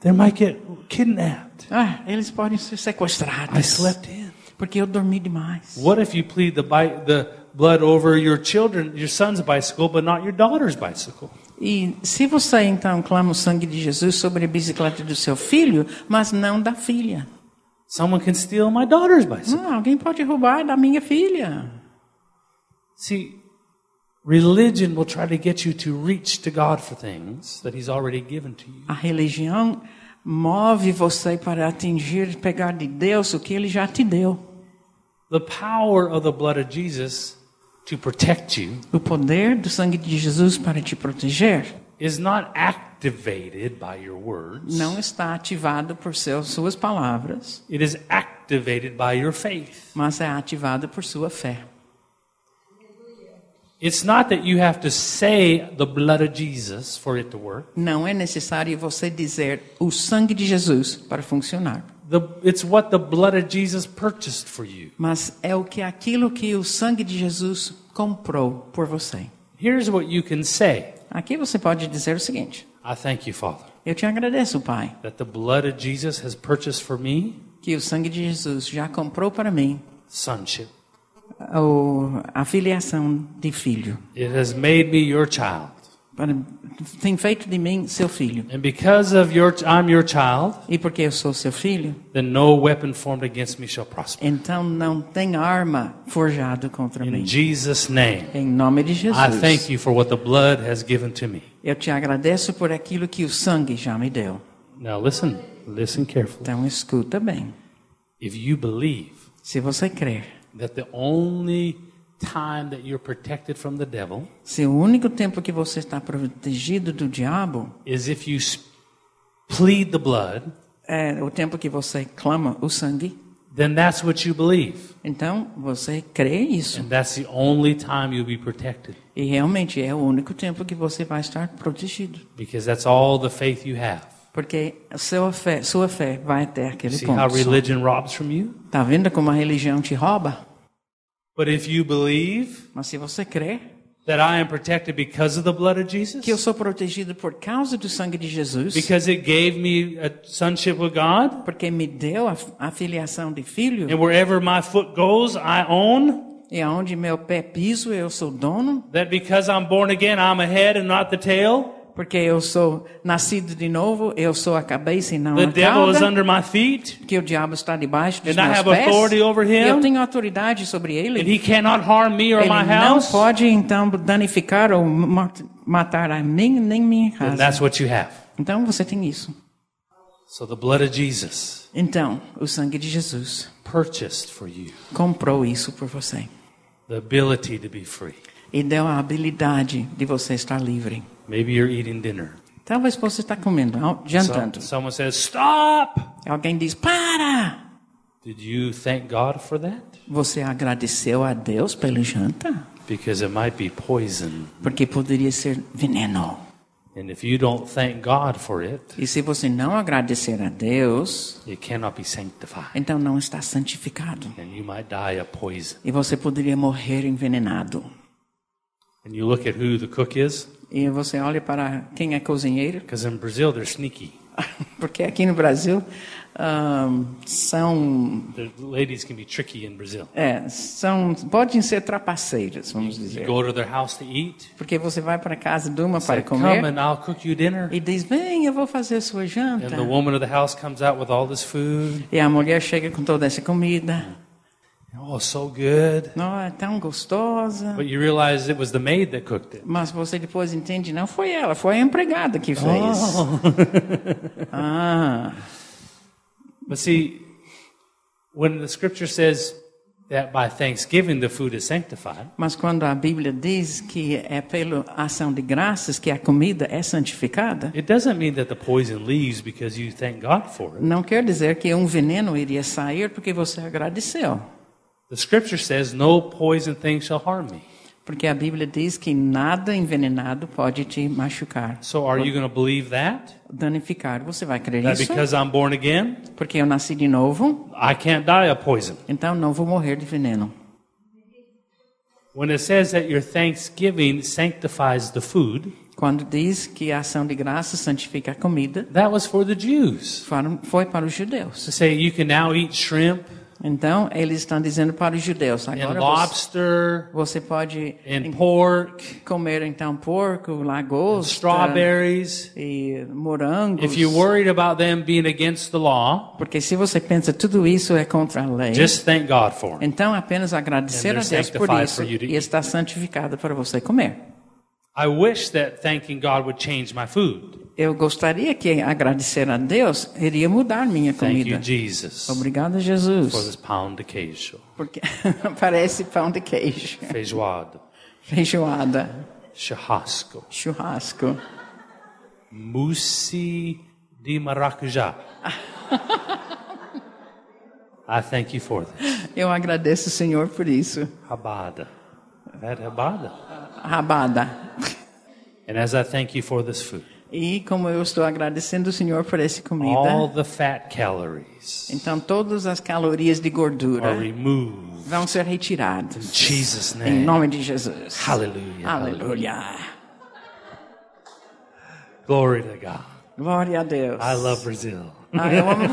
They might get kidnapped. Ah, eles podem ser sequestrados. I slept in. Porque eu dormi demais. What if you plead the, bi- the blood over your children, your son's bicycle, but not your daughter's bicycle? E se você então clama o sangue de Jesus sobre a bicicleta do seu filho, mas não da filha. Someone can steal my daughter's bicycle. Ah, alguém pode roubar da minha filha. See, religion will try to get you to reach to God for things that He's already given to you. A religião move você para atingir, pegar de Deus o que ele já te deu. The power of the blood of Jesus to protect you O poder do sangue de Jesus para te proteger is not activated by your words, não está ativado por seu, suas palavras, it is activated by your faith. mas é ativado por sua fé. It's not that you have to say the blood of Jesus for it to work. Não é necessário você dizer o sangue de Jesus para funcionar, The, it's what the blood of Jesus purchased for you. mas é o que aquilo que o sangue de Jesus comprou por você. Here's what you can say Aqui você pode dizer o seguinte: I thank you, Father, Eu te agradeço, Pai, that the blood of Jesus has purchased for me que o sangue de Jesus já comprou para mim sonship. o, a filiação de filho. It has made me your child. Para, tem feito de mim seu filho. And because of your I'm your child, E porque eu sou seu filho, then no weapon formed against me shall prosper. então não tem arma forjada contra In mim. Jesus name. Em nome de I Ah, thank Jesus. you for what the blood has given to me. Eu te agradeço por aquilo que o sangue já me deu. Now listen, listen carefully. Então escuta bem. If you believe Se você crer, that the only time that you're protected from the devil se o único tempo que você está protegido do diabo is if you s- plead the blood, é o tempo que você clama o sangue, then that's what you believe. então você crê isso. And that's the only time you'll be protected E realmente é o único tempo que você vai estar protegido. because that's all the faith you have. Porque a sua fé, sua fé vai até aquele See how ponto. só. religion robs from you? Tá vendo como a religião te rouba? But if you believe Mas se você crê that I am protected because of the blood of Jesus, que eu sou protegido por causa do sangue de Jesus, because it gave me a sonship with God, porque me deu a, a filiação de filho, and wherever my foot goes, I own, e aonde meu pé piso eu sou dono, that because I'm born again, I'm a head and not the tail, porque eu sou nascido de novo, eu sou a cabeça e não the a devil is cauda, under my feet, que o diabo está debaixo dos And I meus have pés, authority over e eu him. tenho autoridade sobre and ele, he cannot harm me or ele my não house, pode então danificar ou ma- matar a mim nem minha then casa. that's what you have. Então você tem isso. So the blood of Jesus Então, o sangue de Jesus purchased for you comprou isso por você the ability to be free. e deu a habilidade de você estar livre. Maybe you're eating dinner. Talvez você está comendo, al- jantando. Some- someone says, Stop! Alguém diz: "Para!" Did you thank God for that? Você agradeceu a Deus pelo janta? Because it might be poison. Porque poderia ser veneno. And if you don't thank God for it, E se você não agradecer a Deus, it cannot be sanctified. então não está santificado. And you might die of poison. E você poderia morrer envenenado. And you look at who the cook is, E você olha para quem é cozinheiro, because in Brazil they're sneaky. porque aqui no Brasil ahn, são The ladies can be tricky in Brazil. É, são, podem ser trapaceiras, vamos You dizer. go to their house to eat, Porque você vai para a casa de uma say, para Come comer and I'll cook you dinner. e diz, vem, eu vou fazer sua janta. And the woman of the house comes out with all this food. E a mulher chega com toda essa comida. Oh, so good. Não, é tão gostosa. But you realize it was the maid that cooked it. Mas você depois entende, não foi ela, foi a empregada que fez. Oh. Ah, But see, when the scripture says that by thanksgiving the food is sanctified, Mas quando a Bíblia diz que é pela ação de graças que a comida é santificada, it doesn't mean that the poison leaves because you thank God for it. não quer dizer que um veneno iria sair porque você agradeceu. The scripture says, No poison thing shall harm me. Porque a Bíblia diz que nada envenenado pode te machucar, So are you going to believe that? danificar. Você vai crer That isso? É, because I'm born again, Porque eu nasci de novo, I can't die of poison. então não vou morrer de veneno. When it says that your thanksgiving sanctifies the food, Quando diz que a ação de graças santifica a comida, that was for the Jews. foram- foi para os To judeus. say you can now eat shrimp Então, eles estão dizendo para os judeus, and agora você, lobster você pode and pork, comer então porco, lagosta, strawberries. e morangos. If you're worried about them being against the law, Porque se você pensa tudo isso é contra a lei, just thank God for them. então apenas agradecer And a they're Deus por sanctified isso for you to e eat. está santificado para você comer. I wish that thanking God would change my food. Eu gostaria que agradecer a Deus iria mudar minha Thank you, comida. Jesus, for Obrigado, Jesus. this pound de queijo, Porque parece pão de queijo, feijoada, feijoada, churrasco, churrasco, mousse de maracujá. I thank you for this. Eu agradeço o Senhor por isso. Habada. That habada. Rabada. And as I thank you for this food, E como eu estou agradecendo o Senhor por essa all comida, the fat calories então todas as calorias de are gordura removed. vão ser retiradas. In Jesus' Em name. nome de Jesus. Hallelujah. Aleluia. Glory to God. Glória a Deus. I love Brazil. Ah, eu amo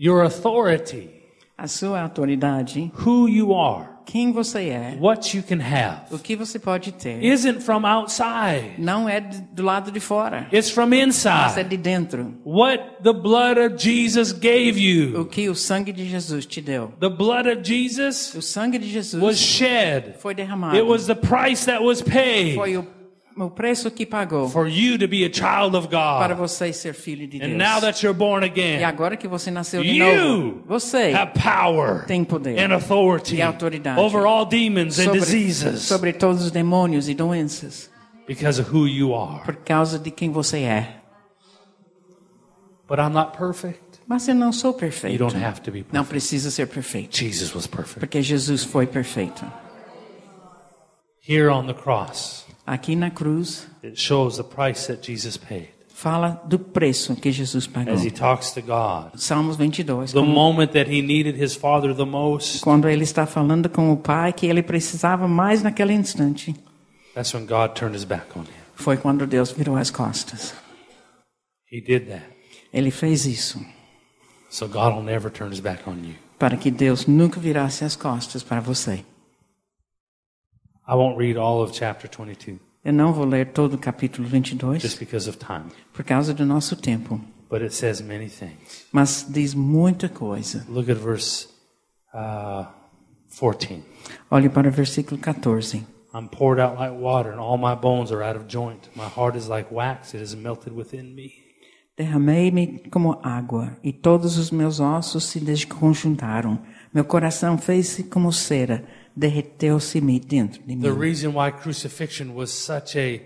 Your authority, a sua autoridade, who you are, quem você é, what you can o have, que você pode ter, isn't from outside, não é de- do lado de fora, it's from mas é inside. de dentro. What the blood of Jesus gave O you. que o sangue de Jesus te deu. The blood of Jesus O sangue de was Jesus shed, foi derramado. it was the price that was paid Foi o, o preço que pagou for you to be a child of para God. você ser filho de And now Deus. that you're born E again, agora que você nasceu de you novo, você have power tem poder and authority e autoridade over all demons and sobre, diseases. sobre todos os demônios e doenças because of who you are. por causa de quem você é. But I'm not perfect. Mas eu não sou You perfeito. don't have to be perfect. Não precisa ser perfeito, Jesus was perfect. porque Jesus foi perfeito. Here on the cross, Aqui na cruz it shows the price that Jesus paid. fala do preço que Jesus pagou. As he talks to God, Salmos 22. the como- moment that he needed his father the most, Quando ele está falando com o Pai que ele precisava mais naquele instante, that's when God turned his back on him. foi quando Deus virou as costas. He did that. Ele fez isso So God will never turn his back on you. para que Deus nunca virasse as costas para você. I won't read all of chapter 22 Eu não vou ler todo o capítulo 22 just because of time, por causa do nosso tempo, but it says many things. mas diz muita coisa. Look at verse uh, 14. Olhe para o versículo 14. I'm poured out like water, and all my bones are out of joint. My heart is like wax, it is melted within me. Derramei-me como água, e todos os meus ossos se desconjuntaram. Meu coração fez-se como cera, derreteu-se-me dentro de The mim. reason why crucifixion was such a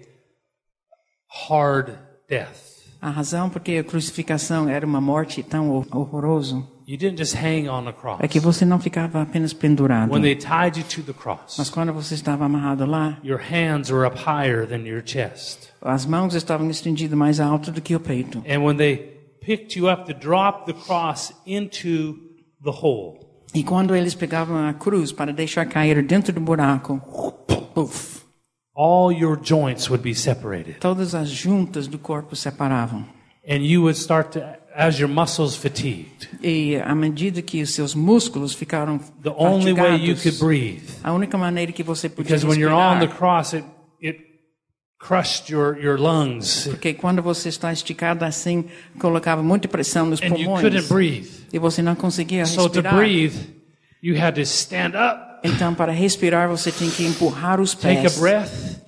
hard death, A razão por que a crucificação era uma morte tão hor- horrorosa you didn't just hang on a cross. é que você não ficava apenas pendurado, When they tied you to the mas cross, quando você estava amarrado lá, your hands were up higher than your chest. as mãos estavam estendidas mais alto do que o peito. And when they picked you up to drop the cross into the hole, E quando eles pegavam a cruz para deixar cair dentro do buraco, puf, all your joints would be separated. todas as juntas do corpo separavam. And you would start to, as your muscles fatigued, E à medida que os seus músculos ficaram the only way you could fatigados, breathe a única maneira que você podia Because when you're on the respirar, cross, it, it crushed your, your lungs porque quando você está esticado assim, colocava muita pressão nos and you couldn't pulmões breathe. e você não conseguia So to respirar. breathe, you had to stand up, Então, para respirar, você tem que empurrar os take a pés breath,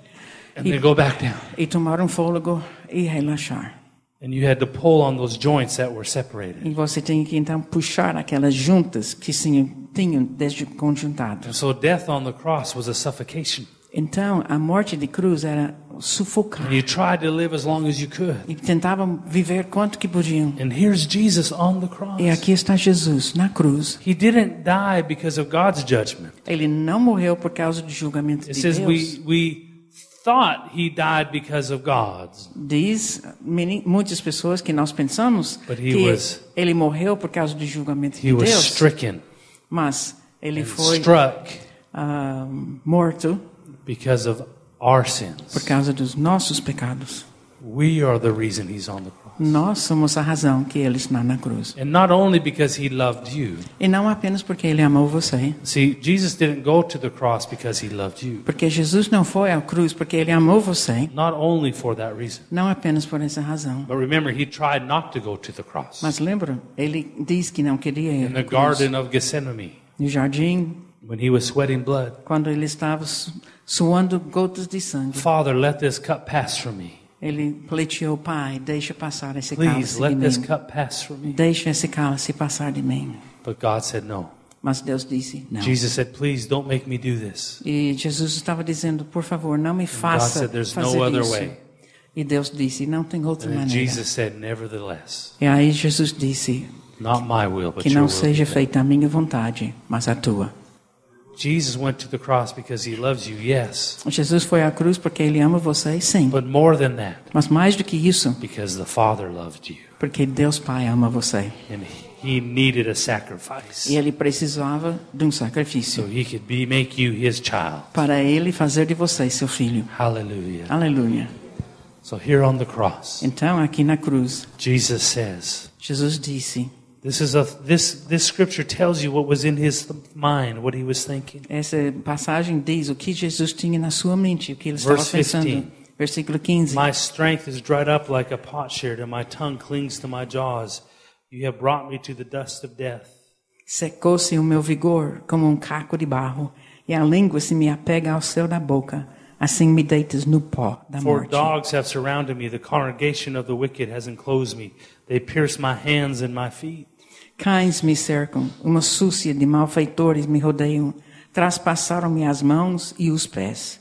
and then go back down. e tomar um fôlego e relaxar. And you had to pull on those joints that were separated. E você tem que então puxar aquelas juntas que se tinham desconjuntado. And so death on the cross was a suffocation. Então, a morte de cruz era And sufocar. you tried to live as long as you could. E tentavam viver quanto que podiam. And here's Jesus on the cross. E aqui está Jesus, na cruz. He didn't die because of God's judgment. Ele não morreu por causa do julgamento It de says Deus. we, we thought he died because of God's. Diz meni- muitas pessoas que nós pensamos But he que was- ele morreu por causa do julgamento He de was Deus, stricken mas ele and foi struck ah, morto because of our por sins. causa dos nossos pecados. We are the reason he's on the cross. Nós somos a razão que ele está na cruz. And not only because he loved you. E não apenas porque ele amou você, See, Jesus didn't go to the cross because he loved you. porque Jesus não foi à cruz porque ele amou você, Not only for that reason. não apenas por essa razão. But remember, he tried not to go to the cross. Mas lembra, ele diz que não queria In ir the à cruz. Garden of Gethsemane, no jardim, when he was sweating blood, quando ele estava su- suando gotas de sangue. Father, let this cup pass from me. Ele pleiteou, Pai, deixa passar esse Please cálice de let this mim. cup pass from me. Deixa esse cálice passar de mim. But God said no. Mas Deus disse, não. Jesus said, please don't make me do this. E Jesus estava dizendo, por favor, não me faça said, "There's no fazer other isso. way. E Deus disse, não tem outra And then maneira. Jesus said, nevertheless, E aí Jesus disse, not my will, but que your não will. be seja done." feita a minha vontade, mas a tua. Jesus went to the cross because he loves you, yes. Jesus foi à cruz porque ele ama você, sim. But more than that, Mas mais do que isso, because the Father loved you. porque Deus Pai ama você. And he needed a E sacrifice ele precisava de um so sacrifício he could be, make you his child. para ele fazer de você seu filho. Hallelujah. Aleluia. So here on the cross, Então, aqui na cruz, Jesus says, Jesus disse: This is a this this scripture tells you what was in his mind, what he was thinking. essa passagem diz o que Jesus tinha na sua mente, o que ele estava Verse pensando. 15. Versículo 15: My strength is dried up like a potsherd, and my tongue clings to my jaws. You have brought me to the dust of death. Secou-se o meu vigor como um caco de barro, e a língua se me apega ao céu da boca, assim me deitas no pó da For morte. dogs have surrounded me, the congregation of the wicked has enclosed me. They pierce my hands and my feet. Cães me cercam, uma súcia de malfeitores me rodeiam, traspassaram-me as mãos e os pés.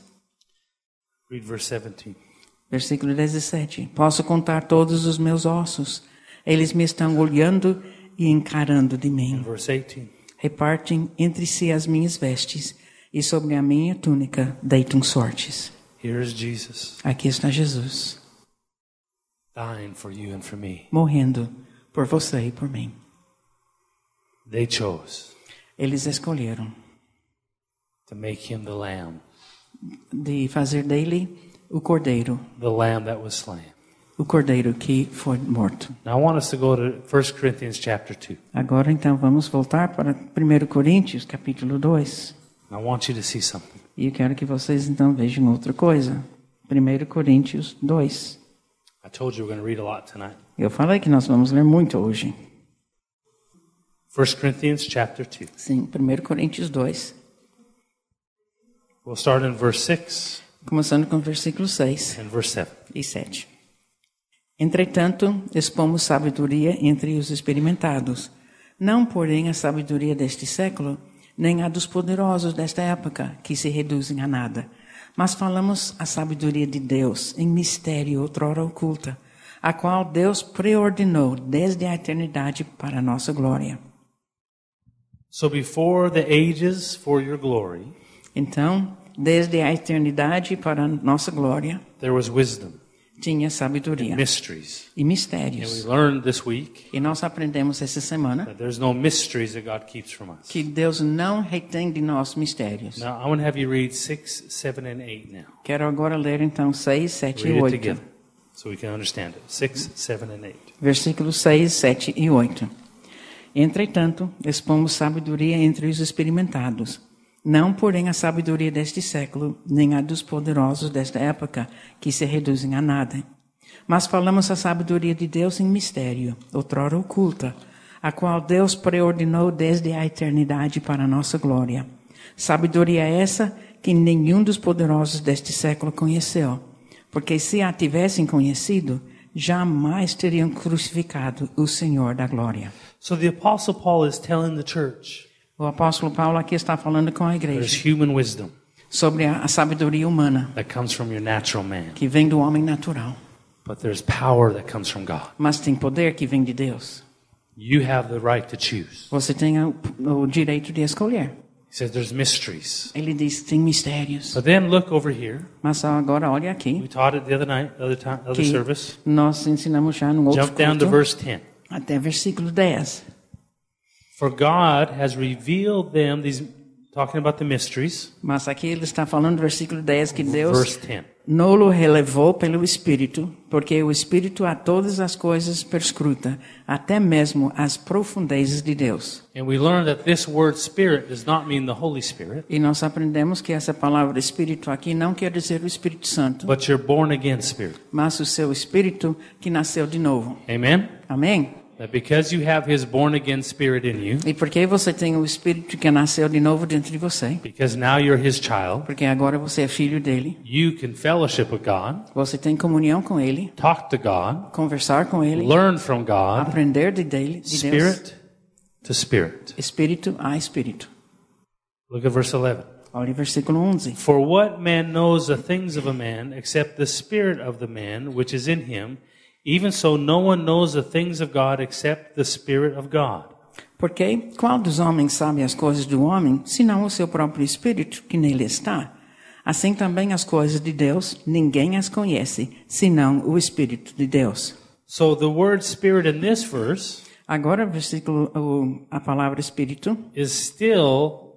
Read verse 17. Versículo 17. Posso contar todos os meus ossos. Eles me estão olhando e encarando de mim. And verse 18. Repartem entre si as minhas vestes e sobre a minha túnica deitam sortes. Here is Jesus Aqui está Jesus, dying for you and for me. morrendo por você e por mim. They chose Eles escolheram to make him the lamb, de fazer dele o cordeiro, the lamb that was slain. o cordeiro que foi morto. Now I want us to go to 1 Corinthians chapter 2. Agora então vamos voltar para 1 Coríntios, capítulo 2. I want you to see something. E eu quero que vocês então vejam outra coisa. 1 Coríntios 2. I told you we're going to read a lot tonight. Eu falei que nós vamos ler muito hoje. 1 Corinthians chapter 2. Sim, 1 Coríntios 2, We'll start in verse 6 começando com o versículo 6. and verse 7. e 7. Entretanto, expomos sabedoria entre os experimentados, não, porém, a sabedoria deste século, nem a dos poderosos desta época, que se reduzem a nada. Mas falamos a sabedoria de Deus, em mistério outrora oculta, a qual Deus preordenou desde a eternidade para a nossa glória. So before the ages for your glory, Então, desde a eternidade para a nossa glória, there was wisdom, tinha sabedoria mysteries. e And we mistérios. learned this week E nós aprendemos essa semana that there's no mysteries that God keeps from us. que Deus não retém de nós mistérios. Now I want to have you read 6, 7, and 8 now. Quero agora ler então 6, 7 e Read it 8. together so we can understand it. 6, 7, and 8. Versículos 6, 7 e 8. Entretanto, expomos sabedoria entre os experimentados, não porém a sabedoria deste século, nem a dos poderosos desta época, que se reduzem a nada. Mas falamos a sabedoria de Deus em mistério, outrora oculta, a qual Deus preordenou desde a eternidade para a nossa glória. Sabedoria essa que nenhum dos poderosos deste século conheceu. Porque se a tivessem conhecido, jamais teriam crucificado o Senhor da glória. So the Apostle Paul is telling the church O apóstolo Paulo aqui está falando com a There's igreja human wisdom sobre a, a sabedoria humana that comes from your natural man, que vem do homem natural, but there's power that comes from God. mas tem poder que vem de Deus. You have the right to choose. Você tem o, o direito de escolher. He says there's mysteries. Ele diz tem mistérios. But then look over here. Mas agora olha aqui We taught it the other night, the other time, the other que service. nós ensinamos já no outro Jump down to culto, verse 10. até versículo 10. For God has revealed them these talking about the mysteries. Mas aqui ele está falando do versículo 10 que Deus Verse 10. Nolo relevou pelo Espírito, porque o Espírito a todas as coisas perscruta, até mesmo as profundezas de Deus. And we learn that this word spirit does not mean the Holy Spirit, E nós aprendemos que essa palavra Espírito aqui não quer dizer o Espírito Santo, but your born again spirit. mas o seu Espírito que nasceu de novo. Amen? Amém? That because you have his born again spirit in you, E porque você tem o Espírito que nasceu de novo dentro de você, because now you're his child, porque agora você é filho dele, you can fellowship with God, você tem comunhão com ele, talk to God, conversar com ele, learn from God, aprender de dele, de Deus. spirit to spirit. Espírito a Espírito. Look at verse 11. Olha o versículo 11. For what man knows the things of a man except the spirit of the man which is in him? Even so, no one knows the things of God except the spirit of God. Porque qual dos homens sabe as coisas do homem, senão o seu próprio espírito que nele está? Assim também as coisas de Deus, ninguém as conhece, senão o espírito de Deus. So the word spirit in this verse Agora, o versículo, o- a palavra espírito is still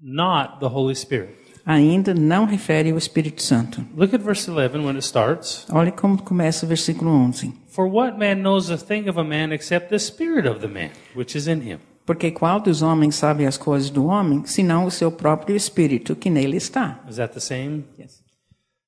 not the Holy Spirit. ainda não refere ao Espírito Santo. Look at verse 11 when it starts. Olha como começa o versículo 11. For what man knows the thing of a man except the spirit of the man which is in him? Porque qual dos homens sabe as coisas do homem, senão o seu próprio espírito que nele está? Is that the same?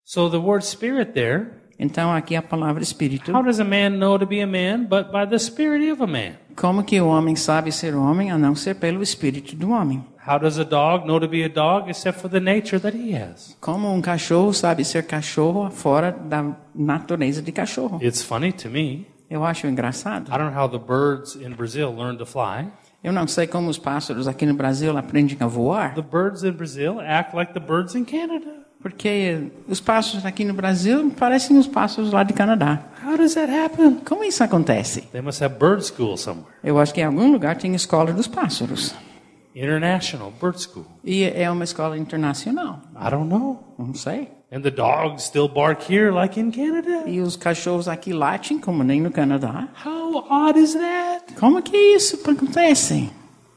So the word spirit there, Então, aqui a palavra espírito. how does a man know to be a man but by the spirit of a man? Como que o homem sabe ser homem a não ser pelo espírito do homem? How does a dog know to be a dog except for the nature that he has? Como um cachorro sabe ser cachorro fora da natureza de cachorro. It's funny to me. Eu acho engraçado. I don't know how the birds in Brazil learn to fly. Eu não sei como os pássaros aqui no Brasil aprendem a voar, The birds in Brazil act like the birds in Canada. porque os pássaros aqui no Brasil parecem os pássaros lá de Canadá. How does that happen? Como isso acontece? They must have bird school somewhere. Eu acho que em algum lugar tem escola dos pássaros. International bird school. E é uma escola internacional. I don't know. Não sei. And the dogs still bark here like in Canada. E os cachorros aqui latem como nem no Canadá. How odd is that? Como que isso acontece?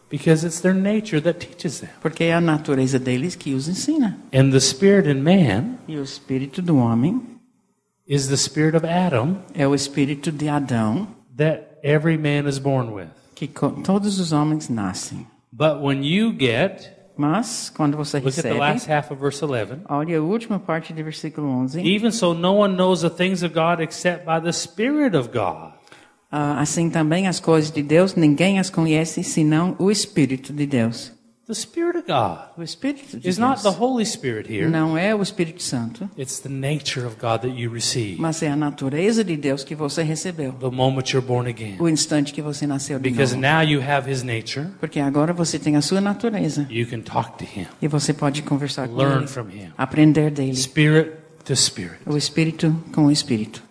Because it's their nature that teaches them. Porque é a natureza deles que os ensina. And the spirit in man E o espírito do homem is the spirit of Adam é o espírito de Adão that every man is born with. que co- todos os homens nascem. But when you get Mas quando você Look at the recebe, last half of verse 11. olha a última parte do versículo 11. Even so, no one knows the things of God except by the Spirit of God. Ah, assim também as coisas de Deus, ninguém as conhece senão o espírito de Deus. The Spirit of God O espírito de is not the Deus Holy Spirit here. não é o Espírito Santo, It's the nature of God that you receive mas é a natureza de Deus que você recebeu. the moment you're born again. O instante que você nasceu de Because novo. now you have His nature. Porque agora você tem a sua natureza You can talk to Him, e você pode conversar com learn ele, from Him. aprender dele. Spirit to Spirit. O espírito com o espírito.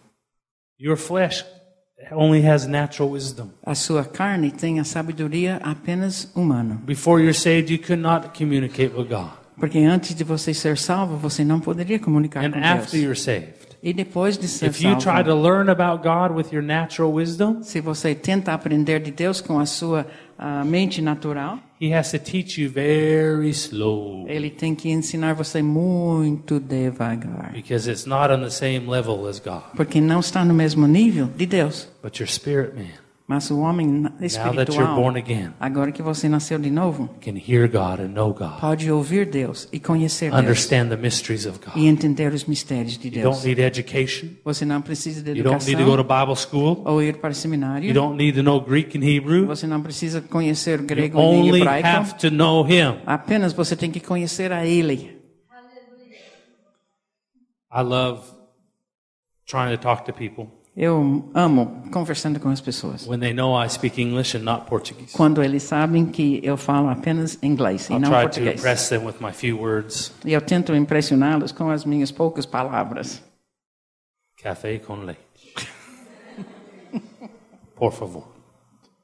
Your flesh only has natural wisdom. A sua carne tem a sabedoria apenas humana. Before you're saved, you could not communicate with God. Porque antes de você ser salvo, você não poderia comunicar And com after Deus. you're saved, E depois de ser if you try salvo, to learn about God with your natural wisdom, se você tenta aprender de Deus com a sua ah, mente natural, He has to teach you very slow ele tem que ensinar você muito devagar. because it's not on the same level as God. Porque não está no mesmo nível de Deus. But your spirit man, Mas o homem na- now that you're espiritual, born again, agora que você nasceu de novo, can hear God and know God, pode ouvir Deus e conhecer Deus understand the mysteries of e God. entender os mistérios de You don't Deus. need education. Você não precisa de You don't need to go educação to Bible school. ou ir para You seminário. don't need to know Greek and Hebrew. Você não precisa conhecer You grego nem only hebraico. have to know Him. Apenas você tem que conhecer a Ele. I love trying to talk to people Eu amo conversando com as pessoas. when they know I speak English and not Portuguese. Quando eles sabem que eu falo apenas inglês e I'll não try to português. impress them with my few words. E eu tento impressioná-los com as minhas poucas palavras. Café con leche. Por favor.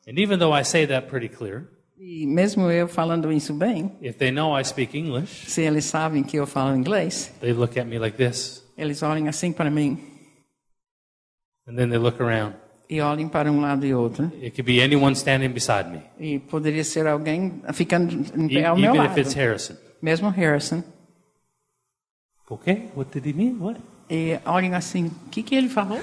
And even though I say that pretty clear, E mesmo eu falando isso bem, if they know I speak English, se eles sabem que eu falo inglês, they look at me like this, eles olham assim para mim and then they look around. e olham para um lado e outro. It could be anyone standing beside me, E poderia ser alguém ficando em e- pé ao meu even if lado, it's Harrison. mesmo Harrison. Okay, what did he mean? What? E olham assim, o que, que ele falou?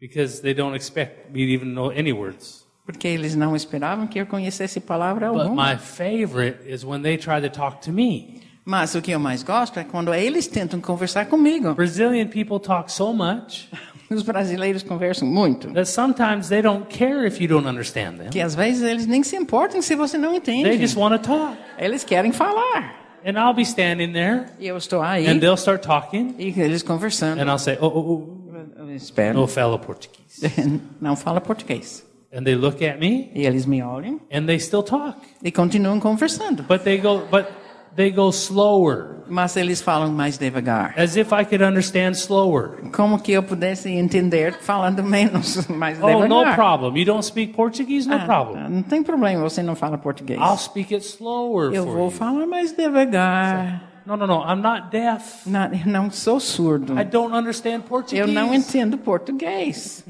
Because they don't expect me to even know any words. Porque eles não esperavam que eu conhecesse palavra But alguma. my favorite is when they try to talk to me. Mas o que eu mais gosto é quando eles tentam conversar comigo. Brazilian people talk so much Os brasileiros conversam muito. that sometimes they don't care if you don't understand them. Que às vezes eles nem se importam se você não They entende. just want to talk. Eles querem falar. And I'll be standing there, E eu estou aí and they'll start talking, e eles conversando. and I'll say, oh, oh, Eu oh espero. no fellow Portuguese. Não fala português. And they look at me, E eles me olham and they still talk. e continuam conversando. But they go, but they go slower, Mas eles falam mais devagar. as if I could understand slower. Como que eu pudesse entender falando menos, mais Oh, devagar? no problem. You don't speak Portuguese? No Ah, problem. Não tem problema, você não fala português. I'll speak it slower Eu for vou you. falar mais devagar. No, no, no. I'm not deaf. Não, eu não sou surdo. I don't understand Eu Portuguese. não entendo português.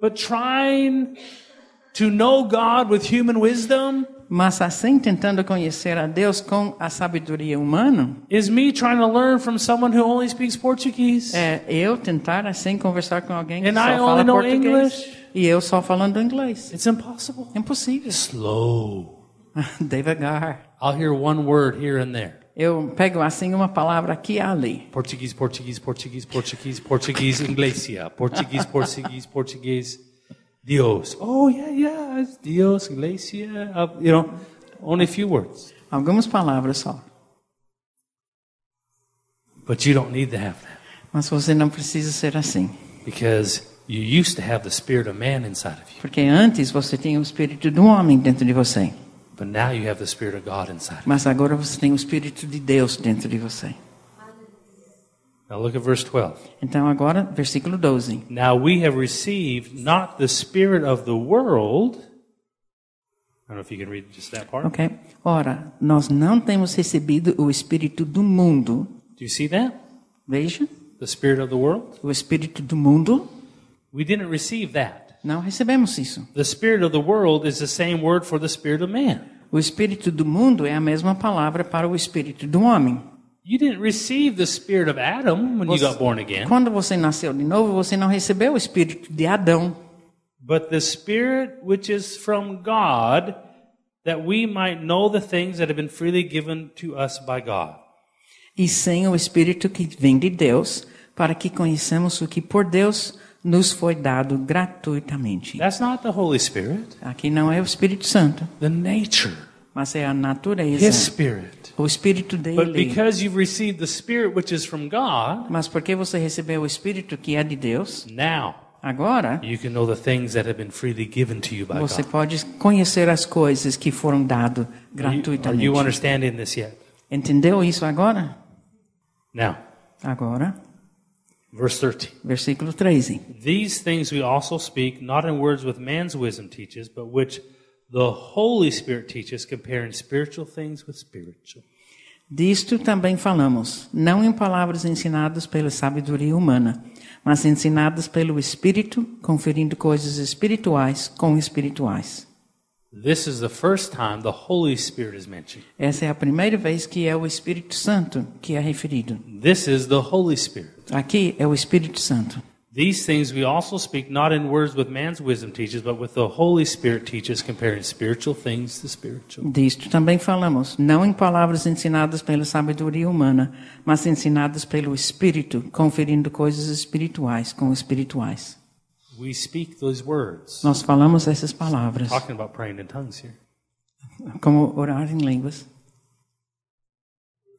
But trying to know God with human wisdom Mas assim, tentando conhecer a Deus com a sabedoria humana, is me trying to learn from someone who only speaks Portuguese. é eu tentar assim conversar com alguém que And só I only fala know português English. e eu só falando inglês. It's impossible. Impossível. Slow. Devagar. I'll hear one word here and there. Eu pego assim uma palavra aqui e ali. Portuguese, Portuguese, Portuguese, Portuguese, Portuguese, Inglesia. Portuguese, Portuguese, Portuguese, Dios. Oh, yeah, yeah, it's Dios, Inglesia. Uh, you know, only a few words. Algumas palavras só. But you don't need to have that. Mas você não precisa ser assim. Because you used to have the spirit of man inside of you, Porque antes você tinha o espírito do homem dentro de você. but now you have the spirit of God inside of you. Mas agora você tem o espírito de Deus dentro de você. Now look at verse 12. Então agora, versículo 12. Now we have received not the spirit of the world. I don't know if you can read just that part. Ok. Ora, nós não temos recebido o espírito do mundo. Do you see that? Veja, The spirit of the world? o espírito do mundo, We didn't receive that. não recebemos isso. The spirit of the world is the same word for the spirit of man. O espírito do mundo é a mesma palavra para o espírito do homem. You didn't receive the spirit of Adam when you got born again, Quando você nasceu de novo, você não recebeu o espírito de Adão, but the spirit which is from God, that we might know the things that have been freely given to us by God. e sim o espírito que vem de Deus, para que conheçamos o que por Deus nos foi dado gratuitamente. That's not the Holy Spirit, Aqui não é o Espírito Santo, the nature, mas é a His natureza, spirit. o espírito But dele. because you've received the spirit which is from God, Mas porque você recebeu o Espírito que é de Deus, now agora you can know the things that have been freely given to you by você God. pode conhecer as coisas que foram dado Are you, are you gratuitamente. understanding this yet? Entendeu isso agora? Now, Agora, verse 13. versículo 13. These things we also speak, not in words with man's wisdom teaches, but which the Holy Spirit teaches, comparing spiritual things with spiritual. Disto também falamos, não em palavras ensinadas pela sabedoria humana, mas ensinadas pelo Espírito, conferindo coisas espirituais com espirituais. This is the first time the Holy Spirit is mentioned. Essa é a primeira vez que é o Espírito Santo que é referido. This is the Holy Spirit. Aqui é o Espírito Santo. These things we also speak, not in words with man's wisdom teaches, but with the Holy Spirit teaches, comparing spiritual things to spiritual. Disto também falamos, não em palavras ensinadas pela sabedoria humana, mas ensinadas pelo Espírito, conferindo coisas espirituais com espirituais. We speak those words. Nós falamos essas palavras, Talking about praying in tongues here. como orar em línguas.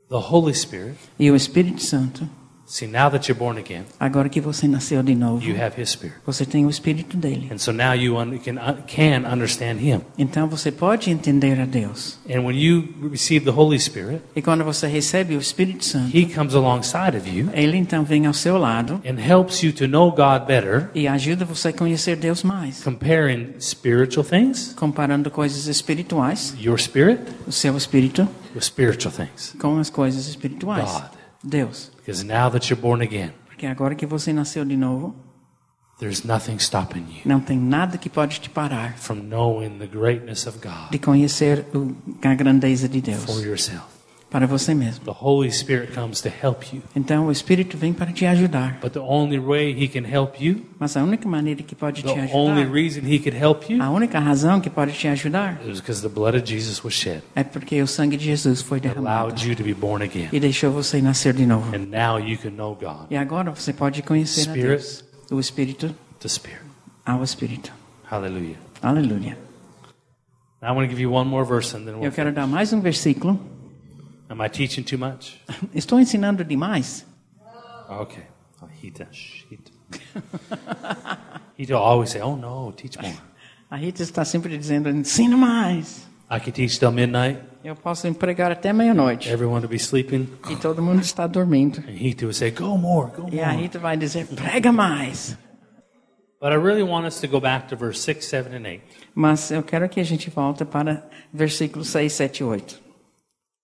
The Holy Spirit E o Espírito Santo See, now that you're born again, Agora que você nasceu de novo, you have His Spirit. você tem o Espírito dele. And so now you un- can, un- can understand Him. Então você pode entender a Deus. And when you receive the Holy Spirit, E quando você recebe o Espírito Santo, He comes alongside of you ele então vem ao seu lado and helps you to know God better, e ajuda você a conhecer Deus mais, comparing spiritual things, comparando coisas espirituais, your spirit, o seu espírito, with spiritual things. com as coisas espirituais. God. Deus. Because now that you're born again, Porque agora que você nasceu de novo, there's nothing stopping you não tem nada que pode te parar from knowing the greatness of God de conhecer o, a grandeza de Deus for yourself. para você mesmo. The Holy Spirit comes to help you. Então o Espírito vem para te ajudar. But the only way He can help you, Mas a única maneira que pode te the only ajudar, reason He could help you, a única razão que pode te ajudar, is because the blood of Jesus was shed, é porque o sangue de Jesus foi derramado allowed you to be born again. e deixou você nascer de novo. And now you can know God, E agora você pode conhecer a Spirit. Deus, o Espírito the Spirit. ao Espírito. Hallelujah. Aleluia. Now I'm going to give you one more verse and then we'll. Eu quero dar mais um versículo. Am I teaching too much? Estou ensinando demais. Okay. Oh, Hita. shh, Hita. Hita will always say, oh no, teach more. A Rita está sempre dizendo: ensina mais. I can teach till midnight. Eu posso empregar até meia-noite. Everyone will be sleeping. E todo mundo está dormindo. And Hita will say, go more, go E a more. Rita vai dizer: prega mais. But I really want us to go back to verse 6, 7, and 8. Mas eu quero que a gente volte para versículo 6, 7 e 8.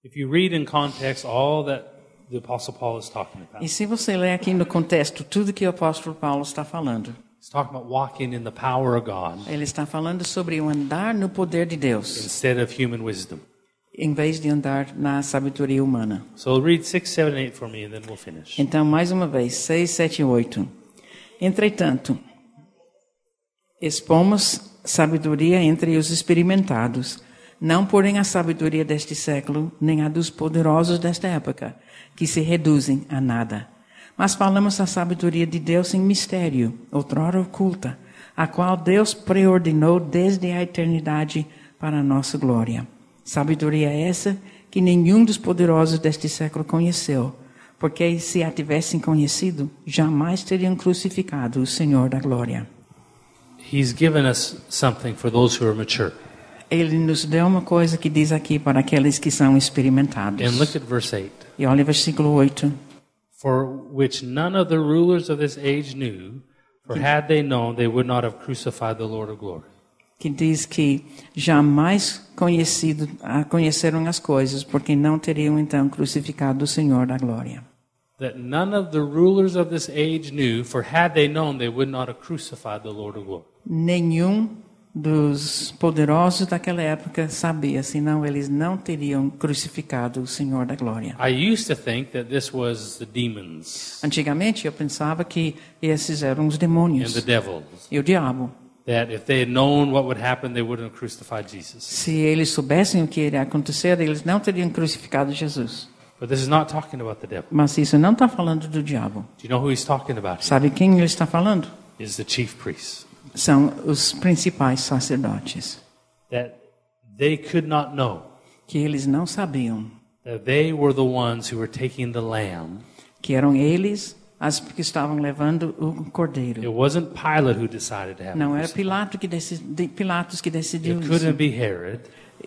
If you read in context all that the Apostle Paul is talking about, E se você ler aqui no contexto tudo que o apóstolo Paulo está falando, he's talking about walking in the power of God ele está falando sobre o andar no poder de Deus, instead of human wisdom. em vez de andar na sabedoria humana. So read 6, 7, and 8 for me and then we'll finish. Então, mais uma vez, 6, 7 e 8. Entretanto, expomos sabedoria entre os experimentados, não porém a sabedoria deste século, nem a dos poderosos desta época, que se reduzem a nada. Mas falamos a sabedoria de Deus em mistério, outrora oculta, a qual Deus preordenou desde a eternidade para a nossa glória. Sabedoria essa que nenhum dos poderosos deste século conheceu, porque se a tivessem conhecido, jamais teriam crucificado o Senhor da glória. He's given us something for those who are mature. Ele nos deu uma coisa que diz aqui para aqueles que são And experimentados. look at verse 8. E olha o versículo 8. for which none of the rulers of this age knew, for had they known, they would not have crucified the Lord of glory. que diz que jamais conhecido, ah, conheceram as coisas, porque não teriam então crucificado o Senhor da glória. That none of the rulers of this age knew, for had they known, they would not have crucified the Lord of glory. Nenhum dos poderosos daquela época sabia, senão eles não teriam crucificado o Senhor da glória. I used to think that this was the demons Antigamente eu pensava que esses eram os and the demônios devils, e o diabo. that if they had known what would happen, they wouldn't have crucified Jesus. Se eles soubessem o que iria acontecer, eles não teriam crucificado Jesus. But this is not talking about the devil. Mas isso não está falando do diabo. Do you know who he's talking about? Sabe quem ele está falando? Is the chief priests. São os principais sacerdotes, That they could not know que eles não sabiam that they were the ones who were taking the lamb que eram eles as que estavam levando o cordeiro. It wasn't Pilate who decided to have Não him era crucified. Pilato que deci- de- Pilatos que decidiu It isso. couldn't be Herod.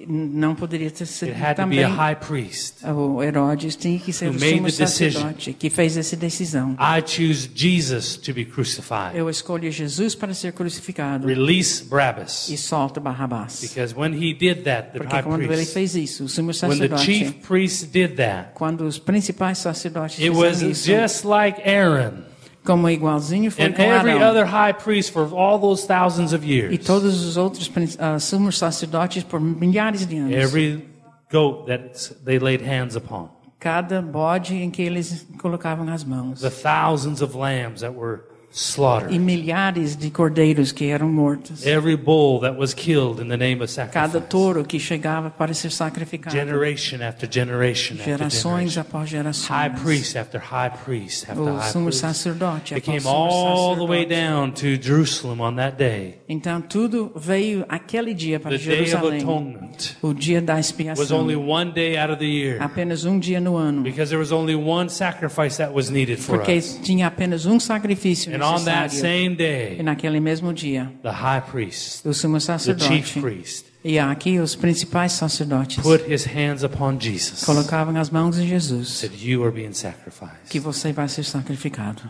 Não poderia ter sido It had to be também a high priest. o Herodes tinha que ser who o made sumo the decision. sacerdote que fez essa decisão. I choose Jesus to be crucified. Eu escolho Jesus para ser crucificado Release Barabbas. e solto Barrabás. Because when he did that, the Porque high quando ele priest, fez isso, o sumo when the sacerdote, chief priests did that, quando os principais sacerdotes it fizeram was isso, just like Aaron como igualzinho foi and com every Arão other high priest for all those thousands of e years. todos os outros prin- ah, sumos sacerdotes por milhares de anos. Every goat that they laid hands upon, cada bode em que eles colocavam as mãos, the thousands of lambs that were e slaughtered. milhares de cordeiros que eram mortos. Every bull that was killed in the name of Cada sacrifice. touro que chegava para ser sacrificado. Generation after generation after Gerações generation. após High gerações. priest after high priest after O high sumo priest. sacerdote They após came o all the sumo way sacerdote. down to Jerusalem on that day. Então tudo veio aquele dia para The Day of Jerusalém. Atonement O dia da was expiação. only one day out of the year Apenas um dia no ano. because there was only one sacrifice that was needed for Porque us. tinha apenas um sacrifício And on that necessário. same E day, naquele mesmo dia, the high priest, o sumo the chief sacerdote priest, e aqui os principais sacerdotes put his hands upon Jesus and colocavam as mãos em Jesus said, You are being que sacrificed você vai ser sacrificado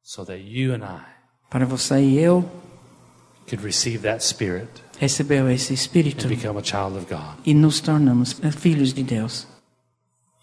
so that you and I para você e eu could receive that spirit recebeu esse Espírito and become a child of God. e nos tornamos filhos de Deus.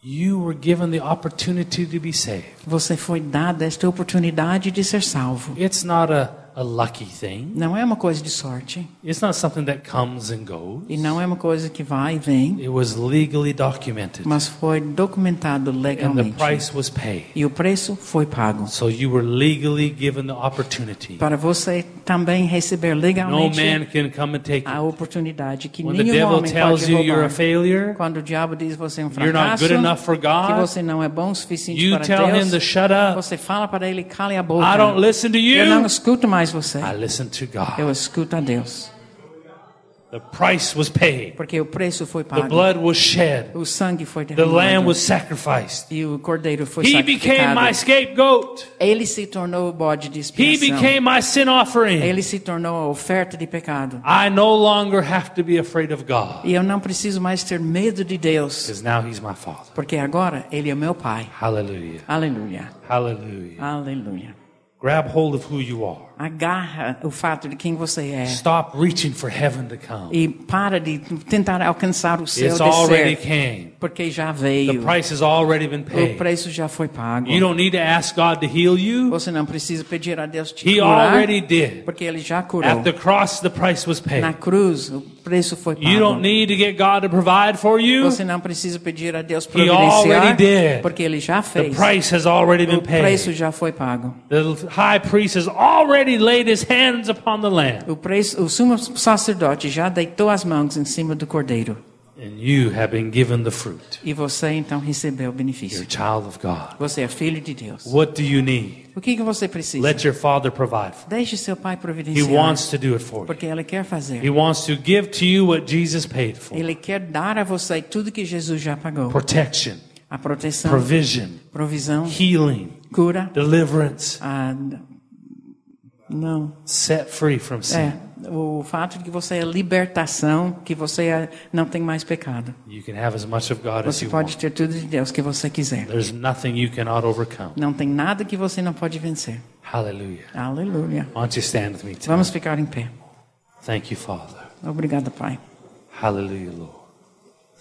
You were given the opportunity to be saved. Você foi dada esta oportunidade de ser salvo. It's not a, a lucky thing. Não é uma coisa de sorte It's not something that comes and goes. e não é uma coisa que vai e vem, It was legally documented. mas foi documentado And the legalmente price was paid. e o preço foi pago. So you were legally given the opportunity. Para você também receber No legalmente man can come and take a it. oportunidade que When the nenhum devil homem tells pode you you're a roubar. failure, Quando o diabo diz você é um You're not fracasso, good enough for God. que você não é bom o suficiente you para tell him Deus, to shut up. você fala para ele cale a boca. I don't listen to Eu não you. escuto mais você. I listen to Eu God. escuto a Deus, The price was paid. porque o preço foi The pago. blood was shed. O sangue foi The lamb derramado was sacrificed. e o cordeiro foi He became my sacrificado. scapegoat. Ele se tornou o bode de He expiação. became my sin offering. Ele se tornou a oferta de pecado. I no longer have to be afraid of God E eu não preciso mais ter medo de Deus, because now he's my father. porque agora ele é meu pai. Hallelujah. Aleluia. Hallelujah. Aleluia. Grab hold of who you are. Agarra o fato de quem você é. Stop reaching for heaven to come. E para de tentar alcançar o céu It's de already ser, came. porque já The veio. price has already been O paid. preço já foi pago. You don't need to ask God to heal you. Você não precisa pedir a Deus te He curar, already did. porque ele já curou. At the cross, the price was Na paid. cruz, o preço foi You don't pago. need to get God to provide for you. Você não precisa pedir a Deus already providenciar, did. porque ele já The fez. price has already O been preço paid. já foi pago. The high priest has already laid his hands upon the lamb. O, preço, o sumo sacerdote já deitou as mãos em cima do cordeiro. And you have been given the fruit. E você então recebeu o You're a benefício. child of God. Você é filho de Deus. What do you need? O que, que você precisa? Let your father provide for Deixe seu pai you. He providenciar, wants to do it for you. porque ele quer He fazer. wants to give to you what Jesus paid for Ele quer dar a você tudo que Jesus já pagou: protection, a proteção, provision, provisão, healing, cura, deliverance, a não, set free from sin. é o fato de que você é libertação, que você é, não tem mais pecado. You can have as much of God as Você you pode want. ter tudo de Deus que você quiser. There's nothing you cannot overcome. Não tem nada que você não pode vencer. Hallelujah. Aleluia. Why don't you stand with me tonight? Vamos ficar em pé. Thank you, Father. Obrigado, Pai. Hallelujah, Lord.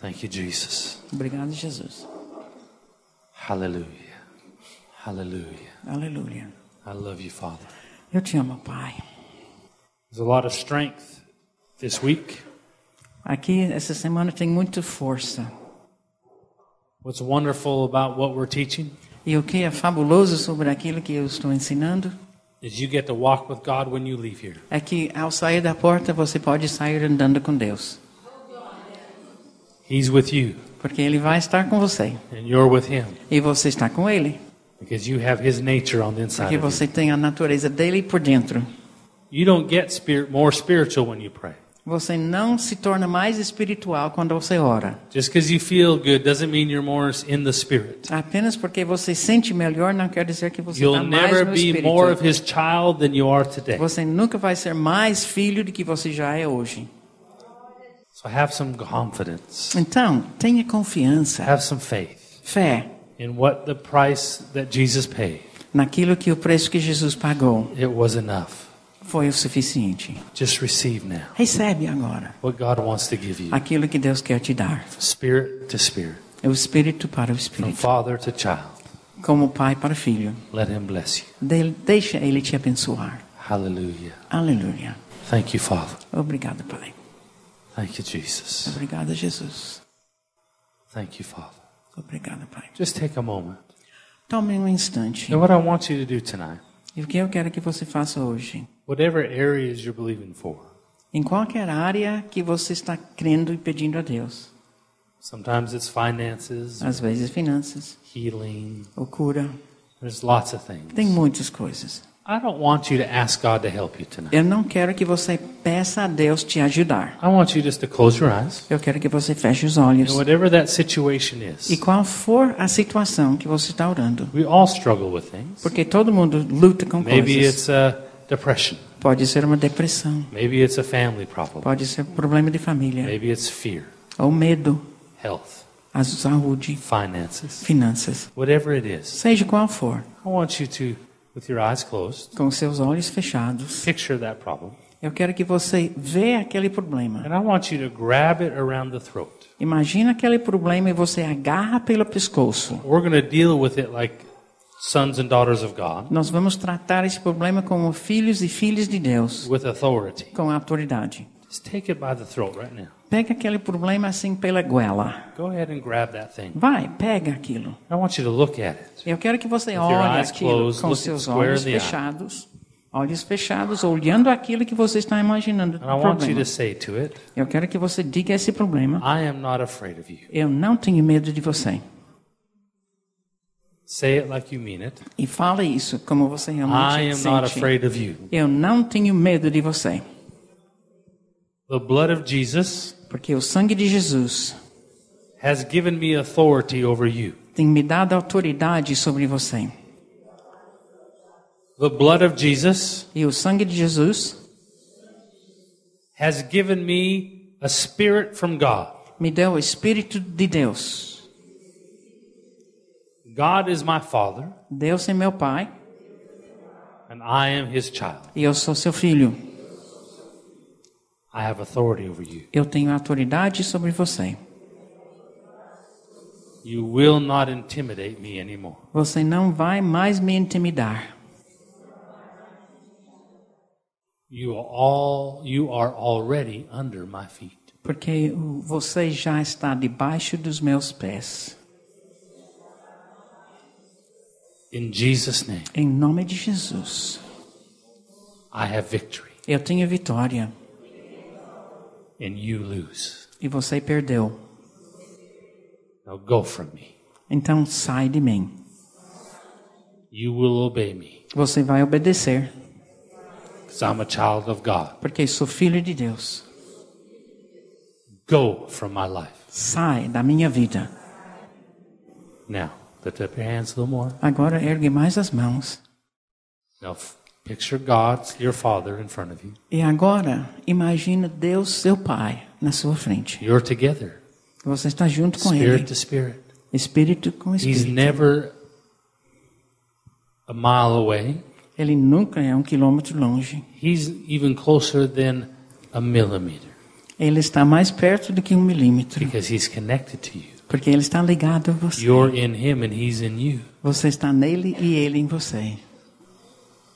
Thank you, Jesus. Obrigado, Jesus. Hallelujah. Hallelujah. Aleluia. I love you, Father. Eu te amo, Pai. There's a lot of strength this week. Aqui, essa semana tem muita força. What's wonderful about what we're teaching E o que é fabuloso sobre aquilo que eu estou ensinando is you get to walk with God when you leave here. é que ao sair da porta você pode sair andando com Deus, He's with you, porque Ele vai estar com você and you're with Him e você está com Ele, because you have His nature on the inside porque of you. você tem a natureza dele por dentro. You don't get spirit more spiritual when you pray. Você não se torna mais espiritual quando você ora. Just because you feel good doesn't mean you're more in the spirit. Apenas porque você sente melhor não quer dizer que você está You'll mais never no be more of espírito. His child than you are today. Você nunca vai ser mais filho do que você já é hoje. So have some confidence. Então, tenha confiança, Have some faith fé in what the price that Jesus paid. naquilo que o preço que Jesus pagou It was enough. foi o suficiente. Just receive now Recebe agora what God wants to give you. aquilo que Deus quer te dar. Spirit to spirit, É o espírito para o from espírito, father to child. como pai para filho. Let him bless you. De deixa ele te abençoar. Hallelujah. Aleluia. Thank you, Father. Obrigado, Pai. Thank you, Jesus. Obrigado, Jesus. Thank you, Father. Obrigado, Pai. Just take a moment. Tome um instante. And what I want you to do tonight E o que eu quero que você faça hoje? Whatever areas you're believing for. Em qualquer área que você está crendo e pedindo a Deus. Sometimes it's finances, Às vezes finanças, healing. ou cura. There's lots of things. Tem muitas coisas. I don't want you to ask God to help you tonight. Eu não quero que você peça a Deus te ajudar. I want you just to close your eyes. Eu quero que você feche os olhos. And whatever that situation E is, qual for a situação que você está orando? we all struggle with things. Porque todo mundo luta com Maybe coisas. it's a depression. Pode ser uma depressão, Maybe it's a family problem. pode ser um problema de família, Maybe it's fear, ou medo, health, a saúde, finances. finanças. Whatever it is, Seja qual for, I want you to, with your eyes closed, com seus olhos fechados, picture that problem. eu quero que você veja aquele problema. And I want you to grab it around the throat. Imagina aquele problema e você agarra pelo pescoço. We're going to deal with it like sons and daughters of God Nós vamos tratar esse problema como filhos e filhas de Deus, with authority. com autoridade. Just take it by the throat right now. Pega aquele problema assim pela goela. Go ahead and grab that thing. Vai, pega aquilo. I want you to look at it. Eu quero que você your olhe eyes aquilo closed, com look seus it square olhos in the eye. fechados, olhos fechados, olhando aquilo que você está imaginando do And I want you problema. to say to it, Eu quero que você diga esse problema. I am not afraid of you. Eu não tenho medo de você. Say it like you mean it. E fale isso como você I realmente am not sente. afraid of you. Eu não tenho medo de você, The blood of Jesus porque o sangue de Jesus has given me authority over you. tem me dado autoridade sobre você. The blood of Jesus E o sangue de Jesus has given me a spirit from God. me deu o Espírito de Deus. God is my father, Deus é meu Pai and I am his child. e eu sou seu filho. I have authority over you. Eu tenho autoridade sobre você. You will not intimidate me anymore. Você não vai mais me intimidar. You are all you are already under my feet. Porque o- você já está debaixo dos meus pés. In Jesus' name, Em nome de Jesus. I have victory, Eu tenho vitória. and you lose. E você perdeu. Now go from me. Então sai de mim. You will obey me, Você vai obedecer. because I'm a child of God. Porque sou filho de Deus. Go from my life. Sai da minha vida. Now, lift up your hands a little more. Agora ergue mais as mãos. Now, f- picture God, your Father, in front of you. E agora imagina Deus, seu Pai, na sua frente. You're together, Você está junto com spirit Ele. to spirit. Espírito com He's Espírito. never a mile away. Ele nunca é um quilômetro longe. He's even closer than a millimeter Ele está mais perto do que um milímetro. because he's connected to you. Porque ele está ligado a você. You're in him and he's in you. Você está nele e ele em você.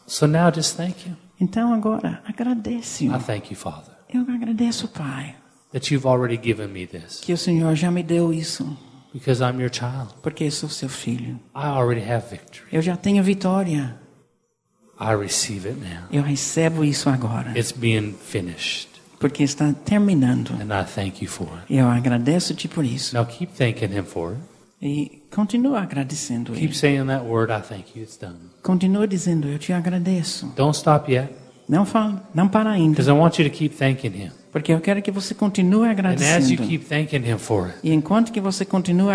So now just thank him. Então agora, agradece. I thank you, Father, Eu agradeço, Pai, that you've already given me this que o Senhor já me deu isso, because I'm your child. porque eu sou seu filho. I already have victory. Eu já tenho vitória. I receive it now. Eu recebo isso agora, It's being finished porque está terminando. and I thank you for Eu agradeço-te por it. isso. Now keep thanking him for it. E continua agradecendo Keep ele. saying that word, I thank you. It's done. Continua dizendo, eu te agradeço. Don't stop yet Não fala, não para ainda, because I want you to keep thanking him. porque eu quero que você And continue as you agradecendo. keep thanking him for it, E enquanto que você continua é assim your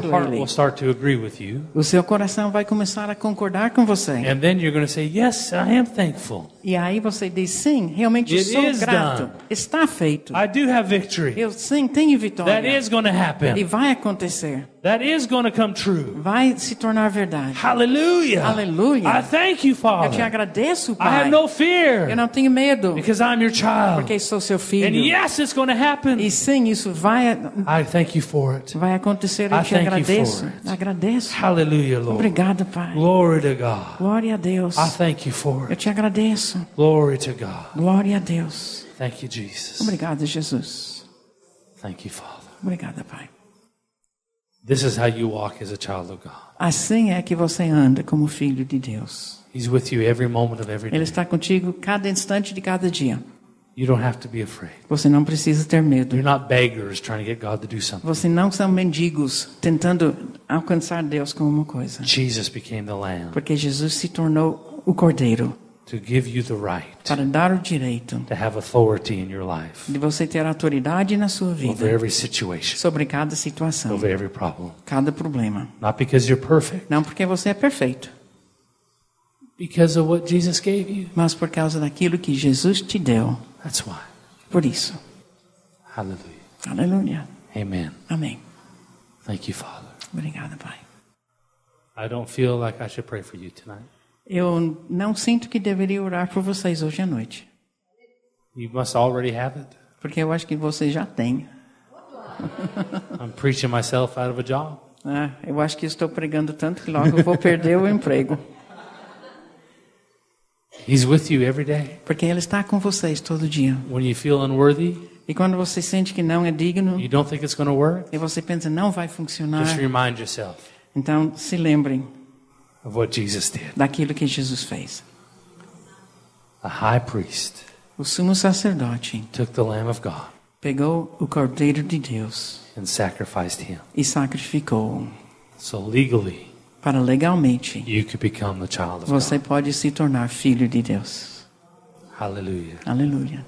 agradecendo heart ele, will start to agree with you. O seu coração vai começar a concordar com você. And then you're going to say, Yes, I am thankful. E aí você diz: sim, realmente It sou is grato. done. Está feito. I do have victory. Eu sim tenho That vitória. is going to E happen. vai acontecer. That is going to come true. Vai se tornar verdade. Hallelujah. Hallelujah. I thank you, Eu te Father. agradeço, I Pai. have no Eu fear não tenho medo, because I'm your child. porque sou seu And filho. yes, it's going to happen. E sim, isso vai I thank you for it. vai acontecer. I Eu te thank you agradeço. for it. Agradeço. Hallelujah, Lord. Obrigado, Pai. Glory to God. Glória a Deus. I thank you for Eu it. te agradeço. Glory to God. Glória a Deus. Thank you, Jesus. Obrigado, Jesus. Thank you, Father. Obrigada, Pai. This is how you walk as a child of God. Assim é que você anda como filho de Deus. He's with you every moment of every Ele day. está contigo cada instante de cada dia. You don't have to be afraid. Você não precisa ter medo. You're not beggars trying to get God to do something. Você não são mendigos tentando alcançar Deus com uma coisa. Jesus became the Lamb Porque Jesus se tornou o cordeiro to give you the right para dar o direito to have authority in your life de você ter autoridade na sua over vida every situation, sobre cada situação, over every problem. cada problema. Not because you're perfect, Não porque você é perfeito, because of what Jesus gave you. mas por causa daquilo que Jesus te deu. That's why. Por isso. Hallelujah. Aleluia. Amen. Amém. Thank you, Father. Obrigada, Pai. I don't feel like I should pray for you tonight. Eu não sinto que deveria orar por vocês hoje à noite, You must already have it. porque eu acho que vocês já têm. I'm preaching myself out of a job. Ah, eu acho que estou pregando tanto que logo eu vou perder o emprego. He's with you every day. Porque Ele está com vocês todo dia. When you feel unworthy, E quando você sente que não é digno, you don't think it's going to work, e você pensa não vai funcionar, just remind yourself então se lembrem of what Jesus did. daquilo que Jesus fez. The high priest O sumo sacerdote took the Lamb of God pegou o cordeiro de Deus and sacrificed him. e sacrificou-o So legally, para legalmente you could become the child of você pode se tornar filho de Deus. God. Hallelujah. Aleluia.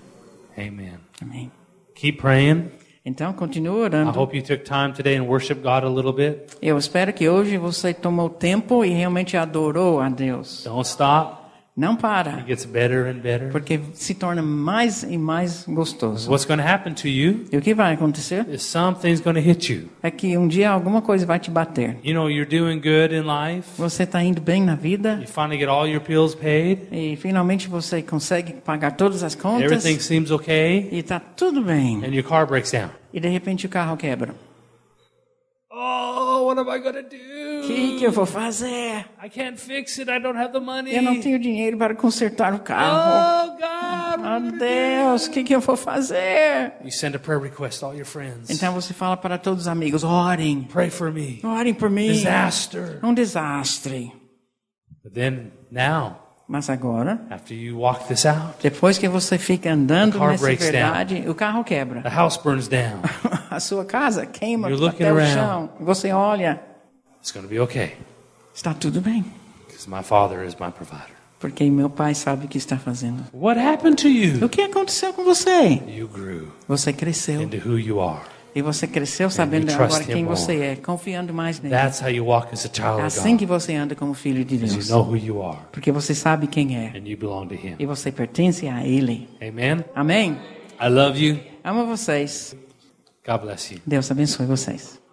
Amen. Amém. Keep praying. Então continua I orando. hope you took time today and worship God a little bit. Eu espero que hoje você tomou tempo e realmente adorou a Deus. Don't stop. Não para. It gets better and better. porque se torna mais e mais gostoso. What's going to happen to you E o que vai acontecer is something's going to hit you. é que um dia alguma coisa vai te bater. You know, you're doing good in life. Você está indo bem na vida You finally get all your bills paid. e finalmente você consegue pagar todas as contas Everything e seems okay. está tudo bem. And your car breaks down. E de repente o carro quebra. Oh, what am I going to O do? que, que eu vou fazer? I can't fix it. I don't have the money. Eu não tenho dinheiro para consertar o carro. Oh, God. what Ah, am I gonna Deus, o que, que eu vou fazer? do? You send a prayer request to all your friends. Então você fala para todos os amigos: orem, Pray for me. orem por mim. Disaster. Um desastre. But then, now, Mas agora after you walk this out, Depois que você fica andando The car nessa breaks verdade, o carro quebra. the house burns down. A sua casa queima You're looking até o around. chão. Você olha, It's going to be okay está tudo bem, because my father is my provider. porque meu pai sabe o que está fazendo. What happened to O you? que aconteceu com você? You grew Você cresceu into who you are. e você cresceu sabendo trust agora him quem more. você é, confiando mais nele. That's how you walk as a É child of assim God. que você anda como filho de Because Deus, you know who you are porque você sabe quem é and you belong to him. e você pertence a Ele. Amen. Amém. I love you. Amo vocês. God bless you. Deus abençoe vocês.